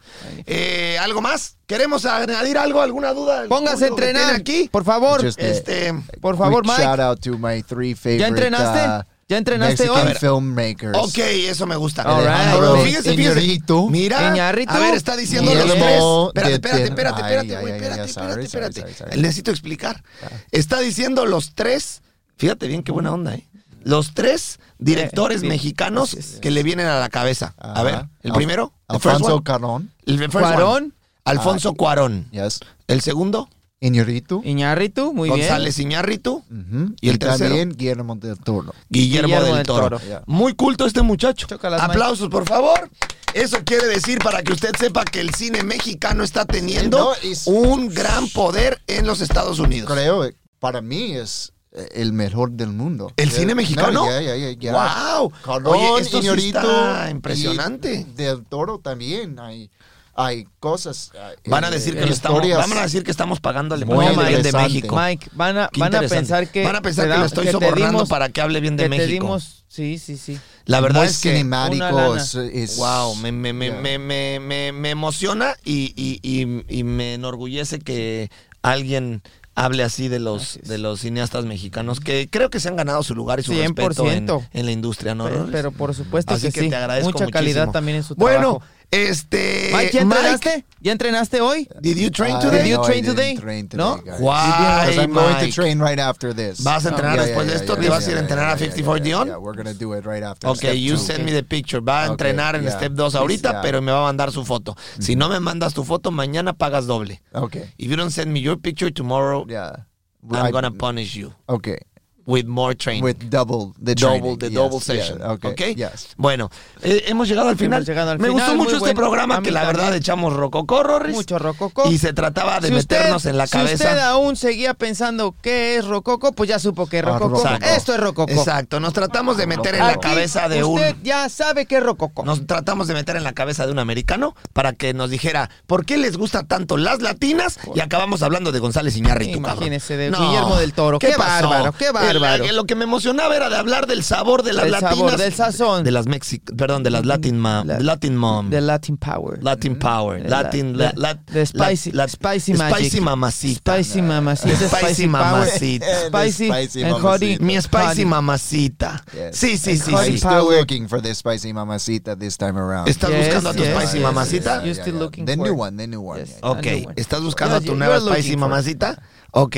Speaker 2: Eh, ¿Algo más? ¿Queremos añadir algo? ¿Alguna duda? del
Speaker 3: Póngase a
Speaker 2: público que tiene
Speaker 3: entrenar.
Speaker 2: aquí.
Speaker 3: Por favor. Eh,
Speaker 4: Just a-
Speaker 2: Este,
Speaker 3: Por favor,
Speaker 4: Quick
Speaker 3: Mike.
Speaker 4: Shout out to my three favorite.
Speaker 3: entrenaste?
Speaker 4: uh,
Speaker 3: ¿Ya entrenaste
Speaker 4: Mexican
Speaker 3: hoy?
Speaker 4: filmmakers.
Speaker 2: ok, eso me gusta.
Speaker 3: All right.
Speaker 2: Alejandro, Fíjese, fíjese.
Speaker 4: Iñárritu.
Speaker 2: Mira,
Speaker 3: Iñárritu.
Speaker 2: a ver, está diciendo los tres.
Speaker 4: Guillermo
Speaker 2: Espérate,
Speaker 4: de-
Speaker 2: espérate,
Speaker 4: de-
Speaker 2: espérate,
Speaker 4: Ay,
Speaker 2: espérate,
Speaker 4: ay,
Speaker 2: güey,
Speaker 4: ay,
Speaker 2: espérate,
Speaker 4: ay,
Speaker 2: espérate,
Speaker 4: sorry, sorry,
Speaker 2: espérate.
Speaker 4: sorry, sorry.
Speaker 3: Ah.
Speaker 2: Necesito explicar. Está diciendo los tres. Fíjate bien qué buena onda, ¿eh? los tres directores
Speaker 3: sí,
Speaker 2: mexicanos
Speaker 3: Eh, así es.
Speaker 2: que le vienen a la cabeza. A
Speaker 4: Ajá.
Speaker 2: ver, el
Speaker 4: Al-
Speaker 2: primero. the first
Speaker 4: Alfonso
Speaker 2: one.
Speaker 4: Carón.
Speaker 2: El first one.
Speaker 3: Cuarón, Ah.
Speaker 2: Alfonso Cuarón.
Speaker 4: Yes.
Speaker 2: El segundo,
Speaker 4: Iñárritu.
Speaker 3: Iñárritu, muy
Speaker 2: González Iñárritu.
Speaker 4: Ujú.
Speaker 2: Y el tercero.
Speaker 4: también Guillermo del Toro.
Speaker 2: Guillermo,
Speaker 3: Guillermo
Speaker 2: del,
Speaker 3: del
Speaker 2: Toro.
Speaker 3: Toro.
Speaker 4: Yeah.
Speaker 2: Muy culto este muchacho.
Speaker 3: Choca las
Speaker 2: Aplausos, por favor. Eso quiere decir para que usted sepa que el cine mexicano está teniendo
Speaker 4: Sí, no, es-
Speaker 2: un gran poder en los Estados Unidos.
Speaker 4: Creo, eh, para mí es eh, el mejor del mundo.
Speaker 2: ¿El
Speaker 4: Eh,
Speaker 2: cine mexicano?
Speaker 4: No, ya, ya, ya, ya.
Speaker 2: ¡Wow!
Speaker 4: Carón,
Speaker 2: Oye, esto sí
Speaker 4: Iñárritu
Speaker 2: está
Speaker 4: y
Speaker 2: impresionante.
Speaker 4: Del Toro también hay, hay cosas. eh,
Speaker 2: Van a decir que
Speaker 4: eh,
Speaker 2: lo estamos,
Speaker 4: historias.
Speaker 2: van a decir que estamos pagándole
Speaker 4: Muy
Speaker 2: por hablar bien de
Speaker 4: interesante.
Speaker 2: México.
Speaker 3: Mike, van a,
Speaker 2: Qué
Speaker 3: van a
Speaker 2: interesante.
Speaker 3: pensar que.
Speaker 2: Van a pensar
Speaker 3: te
Speaker 2: que
Speaker 3: da-
Speaker 2: lo estoy
Speaker 3: te
Speaker 2: sobornando
Speaker 3: dimos-
Speaker 2: para que hable bien de
Speaker 3: que te
Speaker 2: México.
Speaker 3: dimos- sí, sí, sí. Pues
Speaker 2: La verdad
Speaker 4: muy
Speaker 2: es que
Speaker 3: una
Speaker 4: cinemático.
Speaker 3: lana.
Speaker 4: Es,
Speaker 2: eh,
Speaker 4: eh, es-
Speaker 2: Wow, me, me, me,
Speaker 4: Yeah.
Speaker 2: me, me, me, me emociona y, y, y- y me enorgullece que alguien hable así de los, de los cineastas mexicanos que creo que se han ganado su lugar y su respeto en,
Speaker 3: 100%.
Speaker 2: en la industria, ¿no?
Speaker 3: Pero,
Speaker 2: Rolis?
Speaker 3: pero por supuesto
Speaker 2: así
Speaker 3: que,
Speaker 2: que,
Speaker 3: sí.
Speaker 2: te agradezco
Speaker 3: Mucha calidad
Speaker 2: muchísimo.
Speaker 3: también en su
Speaker 2: Bueno,
Speaker 3: trabajo.
Speaker 2: este
Speaker 3: Mike, ¿ya entrenaste? ¿Ya entrenaste hoy? Ah,
Speaker 2: did you train
Speaker 4: I-
Speaker 2: today?
Speaker 3: Did you
Speaker 4: no, I
Speaker 3: train
Speaker 4: didn't
Speaker 3: today?
Speaker 4: train today,
Speaker 3: No?
Speaker 4: guys.
Speaker 2: Why,
Speaker 4: Because I'm going
Speaker 2: Mike?
Speaker 4: to train right after this.
Speaker 2: ¿Vas a entrenar
Speaker 4: Yeah,
Speaker 2: después
Speaker 4: yeah,
Speaker 2: de
Speaker 4: yeah,
Speaker 2: esto?
Speaker 4: yeah,
Speaker 2: ¿Te vas a
Speaker 4: yeah,
Speaker 2: ir a
Speaker 4: yeah,
Speaker 2: entrenar a
Speaker 4: yeah, yeah,
Speaker 2: 54
Speaker 4: yeah,
Speaker 2: Dion?
Speaker 4: yeah, we're gonna do it right after
Speaker 2: Ok,
Speaker 4: step
Speaker 2: you
Speaker 4: two.
Speaker 2: send me the picture. Va a
Speaker 4: Ok,
Speaker 2: entrenar en
Speaker 4: yeah.
Speaker 2: Step 2 ahorita,
Speaker 4: Yeah.
Speaker 2: pero me va a mandar su foto. Si no me mandas tu foto, mañana pagas doble.
Speaker 4: Okay.
Speaker 2: If you don't send me your picture tomorrow,
Speaker 4: Yeah.
Speaker 2: I'm
Speaker 4: I-
Speaker 2: gonna punish you
Speaker 4: Okay.
Speaker 2: with more training.
Speaker 4: With double the
Speaker 2: double
Speaker 4: training.
Speaker 2: the
Speaker 4: Yes,
Speaker 2: double
Speaker 4: yeah,
Speaker 2: session.
Speaker 4: okay.
Speaker 2: okay.
Speaker 4: Yes.
Speaker 2: Bueno, eh, hemos llegado al final.
Speaker 3: llegado al
Speaker 2: Me
Speaker 3: final,
Speaker 2: gustó
Speaker 3: muy
Speaker 2: mucho este
Speaker 3: bueno.
Speaker 2: programa
Speaker 3: A
Speaker 2: que
Speaker 3: mí
Speaker 2: la verdad
Speaker 3: también.
Speaker 2: echamos rococó, Rorris.
Speaker 3: Mucho rococó.
Speaker 2: Y se trataba de
Speaker 3: Si usted-
Speaker 2: meternos en la
Speaker 3: Si usted
Speaker 2: cabeza. Ah,
Speaker 3: aún seguía pensando qué es Rococo, pues ya supo que es Rococo.
Speaker 4: Rococo.
Speaker 3: Esto es Rococo.
Speaker 2: Exacto, nos tratamos de meter en la
Speaker 3: Aquí
Speaker 2: cabeza de un
Speaker 3: usted ya sabe que es Rococo.
Speaker 2: Nos tratamos de meter en la cabeza de un americano para que nos dijera por qué les gusta tanto las latinas y acabamos hablando de González Iñárritu, cabrón.
Speaker 3: Imagínese, de Guillermo del Toro. Qué
Speaker 2: pasó?
Speaker 3: bárbaro, qué bárbaro.
Speaker 2: El- lo que me emocionaba era de hablar del sabor de las
Speaker 3: Del
Speaker 2: latinas.
Speaker 3: sabor, del sazón.
Speaker 2: De las Mexi... Perdón, de las Latin Mom.
Speaker 3: La-
Speaker 2: Latin Mom.
Speaker 3: The Latin Power.
Speaker 2: Latin Power.
Speaker 3: La-
Speaker 2: Latin...
Speaker 3: la-
Speaker 2: la-
Speaker 3: the spicy-
Speaker 2: la-
Speaker 3: spicy
Speaker 2: Spicy
Speaker 3: magic.
Speaker 2: mamacita.
Speaker 3: Spicy mamacita.
Speaker 2: Spicy
Speaker 3: power,
Speaker 2: mamacita.
Speaker 3: Spicy
Speaker 4: Spicy
Speaker 3: and honey.
Speaker 4: mamacita.
Speaker 2: Mi spicy
Speaker 3: Honey.
Speaker 2: mamacita.
Speaker 4: Yes.
Speaker 2: Sí, sí, sí,
Speaker 4: I'm
Speaker 2: sí.
Speaker 4: still looking for the spicy mamacita this time around.
Speaker 2: ¿Estás
Speaker 3: Yes,
Speaker 2: buscando a tu
Speaker 3: yes,
Speaker 2: spicy
Speaker 3: yes,
Speaker 2: mamacita?
Speaker 3: yes. You're still looking
Speaker 4: the
Speaker 3: for
Speaker 4: new
Speaker 3: it.
Speaker 4: one, the new one.
Speaker 3: Yes.
Speaker 4: yeah, yeah.
Speaker 2: Ok,
Speaker 3: Another one.
Speaker 2: ¿estás buscando a tu
Speaker 3: You're
Speaker 2: nueva
Speaker 3: looking
Speaker 2: spicy
Speaker 3: for-
Speaker 2: mamacita? Ok,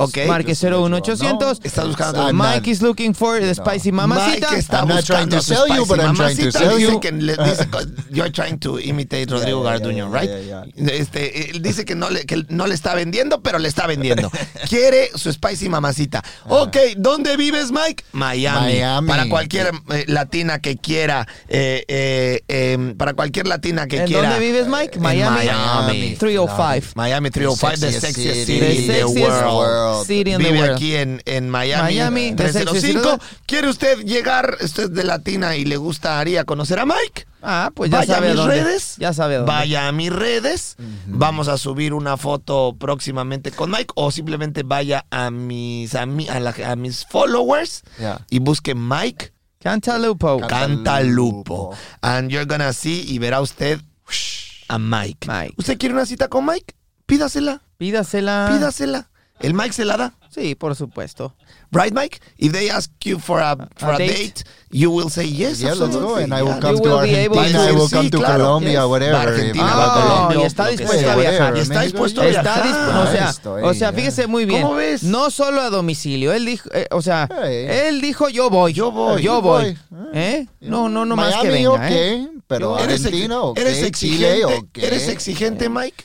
Speaker 2: ok. Ah,
Speaker 3: Marque
Speaker 4: Just to let you all
Speaker 3: 01800.
Speaker 4: know.
Speaker 2: Estás buscando-
Speaker 4: I'm not-
Speaker 3: Mike is looking for the
Speaker 4: No.
Speaker 3: spicy mamacita.
Speaker 2: Mike está
Speaker 4: I'm not trying
Speaker 2: buscando
Speaker 4: to
Speaker 2: a su
Speaker 4: sell you,
Speaker 2: spicy
Speaker 4: but I'm trying to
Speaker 2: mamacita.
Speaker 4: sell
Speaker 2: Dice
Speaker 4: you.
Speaker 2: que le- dice que- you're trying to imitate Rodrigo
Speaker 4: yeah, yeah,
Speaker 2: Garduño,
Speaker 4: yeah,
Speaker 2: right?
Speaker 4: yeah,
Speaker 2: Este, él dice que no, le, que no le está vendiendo, pero le está vendiendo. Quiere su spicy mamacita. Ok, ¿dónde vives, Mike? Miami.
Speaker 4: Ah. Miami.
Speaker 2: Para cualquier eh, latina que quiera, eh, eh, eh, para cualquier latina que
Speaker 3: ¿En
Speaker 2: quiera.
Speaker 3: dónde vives, Mike?
Speaker 2: En
Speaker 3: Miami.
Speaker 2: Miami.
Speaker 3: 305.
Speaker 2: Miami 305, the
Speaker 4: Sexiest
Speaker 2: sexiest
Speaker 4: city
Speaker 2: city in the
Speaker 3: sexiest
Speaker 2: world.
Speaker 3: city in the
Speaker 2: Vive
Speaker 3: world.
Speaker 2: aquí en, en Miami,
Speaker 3: Miami, the sexiest city in the
Speaker 2: 305.
Speaker 3: world.
Speaker 2: ¿Quiere usted llegar, usted es de latina y le gustaría conocer a Mike?
Speaker 3: Ah, pues ya
Speaker 2: Vaya
Speaker 3: sabe
Speaker 2: a
Speaker 3: a
Speaker 2: mis
Speaker 3: dónde.
Speaker 2: redes.
Speaker 3: Ya sabe a dónde.
Speaker 2: Vaya a mis redes. Vamos a subir una foto próximamente con Mike o simplemente vaya a mis, a mi- a la- a mis followers
Speaker 4: Yeah.
Speaker 2: y busque Mike
Speaker 3: Cantalupo.
Speaker 2: Cantalupo.
Speaker 4: Cantalupo.
Speaker 2: And you're gonna see y verá usted a Mike.
Speaker 3: Mike. Ah.
Speaker 2: ¿Usted quiere una cita con Mike? Pídasela,
Speaker 3: Pídasela.
Speaker 2: pídasela. El Mike se la da.
Speaker 3: Sí, por supuesto.
Speaker 2: Right, Mike? If they ask you for a, for a,
Speaker 3: A
Speaker 2: date.
Speaker 3: date.
Speaker 2: you will say yes.
Speaker 4: Yeah, let's go,
Speaker 2: absolutely.
Speaker 4: and I
Speaker 2: Yeah.
Speaker 4: will come
Speaker 3: You
Speaker 4: to
Speaker 3: will be able
Speaker 4: Argentina.
Speaker 3: to-
Speaker 4: I will
Speaker 2: Sí,
Speaker 4: come to
Speaker 2: claro.
Speaker 4: Colombia,
Speaker 2: Yes.
Speaker 4: whatever. eh,
Speaker 2: Va Argentina,
Speaker 4: if-
Speaker 2: va
Speaker 3: Ah,
Speaker 2: Colombia,
Speaker 3: y está
Speaker 2: lo que
Speaker 3: dispuesto
Speaker 2: sea.
Speaker 3: a viajar.
Speaker 2: Y está
Speaker 4: México,
Speaker 2: dispuesto a
Speaker 4: ya.
Speaker 2: viajar.
Speaker 3: Está dispuesto, o sea,
Speaker 4: estoy,
Speaker 3: o sea,
Speaker 4: ya.
Speaker 3: fíjese muy bien.
Speaker 2: ¿Cómo ves?
Speaker 3: No solo a domicilio, él dijo, eh, o sea,
Speaker 4: Hey.
Speaker 3: él dijo yo voy.
Speaker 2: Yo voy.
Speaker 3: Yo
Speaker 4: Yo
Speaker 3: voy.
Speaker 4: voy.
Speaker 3: ¿Eh? No, no, no más que
Speaker 4: Miami,
Speaker 3: venga,
Speaker 4: ok,
Speaker 3: ¿eh?
Speaker 4: pero
Speaker 2: ¿Eres,
Speaker 4: Argentina, ok,
Speaker 2: eres exigente?
Speaker 4: Chile, ok.
Speaker 2: ¿Eres exigente, Mike?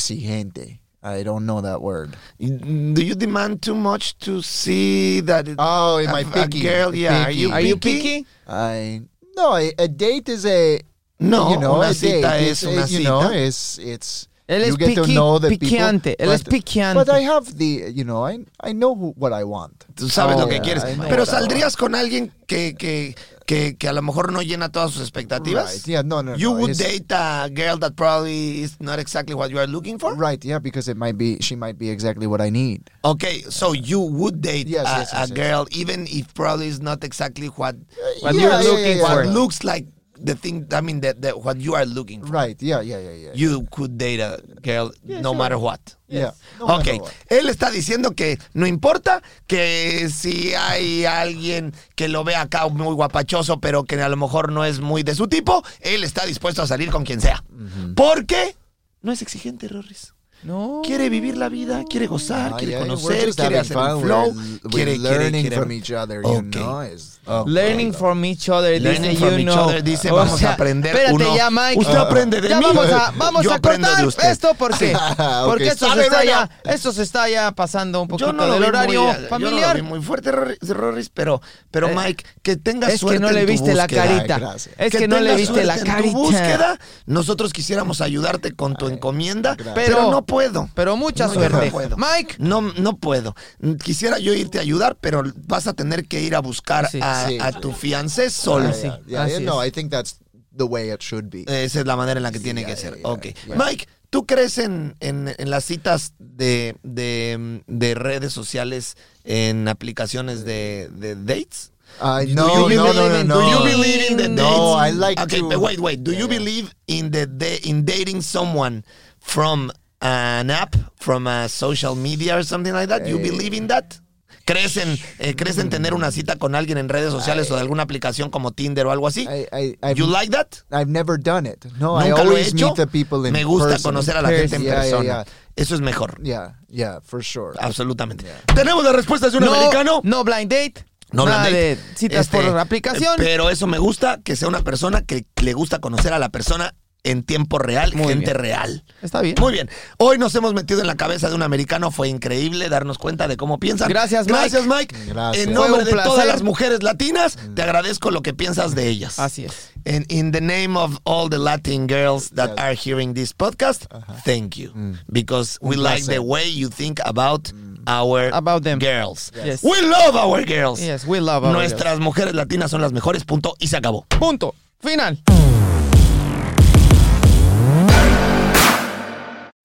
Speaker 4: Exigente. I don't know that word.
Speaker 2: Do you demand too much to see that it-
Speaker 4: Oh, am
Speaker 2: a- a
Speaker 4: I picky?
Speaker 2: girl, yeah. Are you
Speaker 4: Picky.
Speaker 3: Are you
Speaker 2: picky?
Speaker 3: picky?
Speaker 4: I no, a, a date is a
Speaker 2: No,
Speaker 4: you know,
Speaker 2: una
Speaker 4: a
Speaker 2: cita
Speaker 4: date
Speaker 2: es
Speaker 4: is
Speaker 2: una
Speaker 4: a, you
Speaker 2: cita.
Speaker 4: know, it's it's
Speaker 3: Él es
Speaker 4: you get
Speaker 3: piqui-
Speaker 4: to know the
Speaker 3: piqueante,
Speaker 4: people.
Speaker 3: él es
Speaker 4: but-
Speaker 3: piqueante.
Speaker 4: But I have the, you know, I I know who, what I want.
Speaker 2: Tú sabes
Speaker 4: Oh,
Speaker 2: lo que
Speaker 4: yeah,
Speaker 2: quieres.
Speaker 4: I know
Speaker 2: Pero
Speaker 4: what I want.
Speaker 2: saldrías con alguien que, que, que, que a lo mejor no llena todas sus expectativas.
Speaker 4: Right, yeah, no, no,
Speaker 2: You
Speaker 4: no,
Speaker 2: would
Speaker 4: it's-
Speaker 2: date a girl that probably is not exactly what you are looking for.
Speaker 4: Right, yeah, because it might be she might be exactly what I need.
Speaker 2: Okay, so you would date
Speaker 4: Yes,
Speaker 2: a,
Speaker 4: yes, yes,
Speaker 2: a
Speaker 4: yes.
Speaker 2: girl even if probably is not exactly what
Speaker 3: What
Speaker 4: Uh, yeah,
Speaker 3: you're
Speaker 4: yeah,
Speaker 3: looking
Speaker 4: yeah,
Speaker 3: for.
Speaker 4: yeah.
Speaker 2: looks like the thing. I mean, that, that what you are looking for.
Speaker 4: Right, yeah, yeah, yeah, yeah.
Speaker 2: You could date a girl no matter what.
Speaker 4: yeah. No
Speaker 2: ok,
Speaker 4: matter what.
Speaker 2: él está diciendo que no importa que si hay alguien que lo ve acá muy guapachoso, pero que a lo mejor no es muy de su tipo, él está dispuesto a salir con quien sea. Porque no es exigente, Rorris.
Speaker 3: No.
Speaker 2: Quiere vivir la vida, quiere gozar,
Speaker 4: Ah,
Speaker 2: quiere
Speaker 4: yeah, we're
Speaker 2: conocer,
Speaker 4: just
Speaker 2: quiere hacer
Speaker 4: having
Speaker 2: un
Speaker 4: fun.
Speaker 2: flow,
Speaker 4: We're- we're
Speaker 2: quiere, quiere,
Speaker 4: learning
Speaker 2: quiere-
Speaker 4: from each other, you
Speaker 2: Ok.
Speaker 4: know, is-
Speaker 3: Learning from each other,
Speaker 2: Learning
Speaker 3: dice
Speaker 2: from
Speaker 3: you
Speaker 2: each
Speaker 3: know.
Speaker 2: other, dice,
Speaker 3: O
Speaker 2: vamos a
Speaker 3: sea,
Speaker 2: aprender
Speaker 3: Espérate
Speaker 2: uno.
Speaker 3: ya, Mike.
Speaker 2: Usted aprende de
Speaker 3: ya
Speaker 2: mí.
Speaker 3: Vamos a, vamos
Speaker 2: Yo
Speaker 3: a
Speaker 2: aprendo de
Speaker 3: cortar
Speaker 2: usted.
Speaker 3: esto porque,
Speaker 4: Ah,
Speaker 3: porque
Speaker 4: ok.
Speaker 3: esto, se
Speaker 4: Sabe,
Speaker 3: está
Speaker 4: bueno.
Speaker 3: ya, esto se está ya pasando un poquito
Speaker 2: Yo no lo
Speaker 3: del
Speaker 2: vi
Speaker 3: horario
Speaker 2: muy, yo no lo
Speaker 3: familiar.
Speaker 2: vi muy fuerte, Rory- Rory, pero, pero
Speaker 3: Eh,
Speaker 2: Mike, que tengas
Speaker 3: es
Speaker 2: suerte
Speaker 3: que no
Speaker 2: en
Speaker 3: le
Speaker 2: tu
Speaker 3: viste la
Speaker 2: búsqueda.
Speaker 3: carita.
Speaker 4: gracias.
Speaker 3: es que no le
Speaker 2: tengas
Speaker 3: viste la
Speaker 2: suerte en tu
Speaker 3: carita.
Speaker 2: búsqueda, nosotros quisiéramos ayudarte con tu encomienda, pero,
Speaker 3: Pero-
Speaker 2: no puedo.
Speaker 3: pero mucha
Speaker 2: No, yo
Speaker 3: suerte.
Speaker 2: no puedo.
Speaker 3: Mike.
Speaker 2: No, no puedo. Quisiera yo irte a ayudar, pero vas a tener que ir a buscar
Speaker 3: Sí,
Speaker 2: a,
Speaker 4: sí,
Speaker 2: a
Speaker 4: sí.
Speaker 2: tu fiancé solo.
Speaker 4: Yeah,
Speaker 3: sí.
Speaker 4: yeah, yeah,
Speaker 3: Así
Speaker 4: no,
Speaker 3: es.
Speaker 4: I think that's the way it should be.
Speaker 2: Esa es la manera en la que tiene
Speaker 4: ya,
Speaker 2: que
Speaker 4: ya,
Speaker 2: ser.
Speaker 4: ya,
Speaker 2: ok.
Speaker 4: ya.
Speaker 2: Mike, ¿tú crees en, en- en las citas de, de- de redes sociales en aplicaciones de, de dates?
Speaker 4: I
Speaker 2: Do
Speaker 4: no,
Speaker 2: you
Speaker 4: no,
Speaker 2: believe
Speaker 4: no, no,
Speaker 2: in-
Speaker 4: no.
Speaker 2: Do you believe in the dates?
Speaker 4: No, I like
Speaker 2: okay,
Speaker 4: to-
Speaker 2: but wait, wait. Do
Speaker 4: Yeah,
Speaker 2: you
Speaker 4: yeah.
Speaker 2: believe in the da- in dating someone from an app, from a social media or something like that? You
Speaker 4: Eh.
Speaker 2: believe in that? ¿Crees en, eh, ¿Crees en tener
Speaker 4: Mm.
Speaker 2: una cita con alguien en redes sociales o de alguna aplicación como Tinder o algo así?
Speaker 4: I, I, I've,
Speaker 2: you like that?
Speaker 4: I've never done it. No, I
Speaker 2: Nunca lo he
Speaker 4: always
Speaker 2: hecho.
Speaker 4: meet the people in
Speaker 2: Me gusta
Speaker 4: person.
Speaker 2: conocer a la gente en
Speaker 4: Yeah, yeah,
Speaker 2: persona.
Speaker 4: yeah.
Speaker 2: Eso es mejor.
Speaker 4: Yeah, yeah, for sure.
Speaker 2: Absolutamente. Tenemos las respuestas de un
Speaker 3: No,
Speaker 2: americano.
Speaker 3: no blind date. nada
Speaker 2: blind date.
Speaker 3: de citas
Speaker 2: Este,
Speaker 3: por aplicación.
Speaker 2: Pero eso me gusta, que sea una persona que le gusta conocer a la persona en tiempo real,
Speaker 3: Muy
Speaker 2: gente
Speaker 3: bien.
Speaker 2: real.
Speaker 3: Está bien.
Speaker 2: Muy bien. Hoy nos hemos metido en la cabeza de un americano. Fue increíble darnos cuenta de cómo piensan.
Speaker 3: Gracias, Mike.
Speaker 2: Gracias, Mike.
Speaker 4: Gracias.
Speaker 2: En
Speaker 3: Fue
Speaker 2: nombre
Speaker 3: un
Speaker 2: de todas
Speaker 3: placer. Mm.
Speaker 2: las mujeres latinas, te agradezco lo que piensas de ellas.
Speaker 3: Así es.
Speaker 2: And in the name of all the Latin girls that are hearing this podcast, thank you. Because we like the way you think about our
Speaker 3: About them.
Speaker 2: girls.
Speaker 3: Yes.
Speaker 2: We love our girls.
Speaker 3: Yes, we love our
Speaker 2: Nuestras mujeres latinas son las mejores, punto, y se acabó.
Speaker 3: Punto. Final.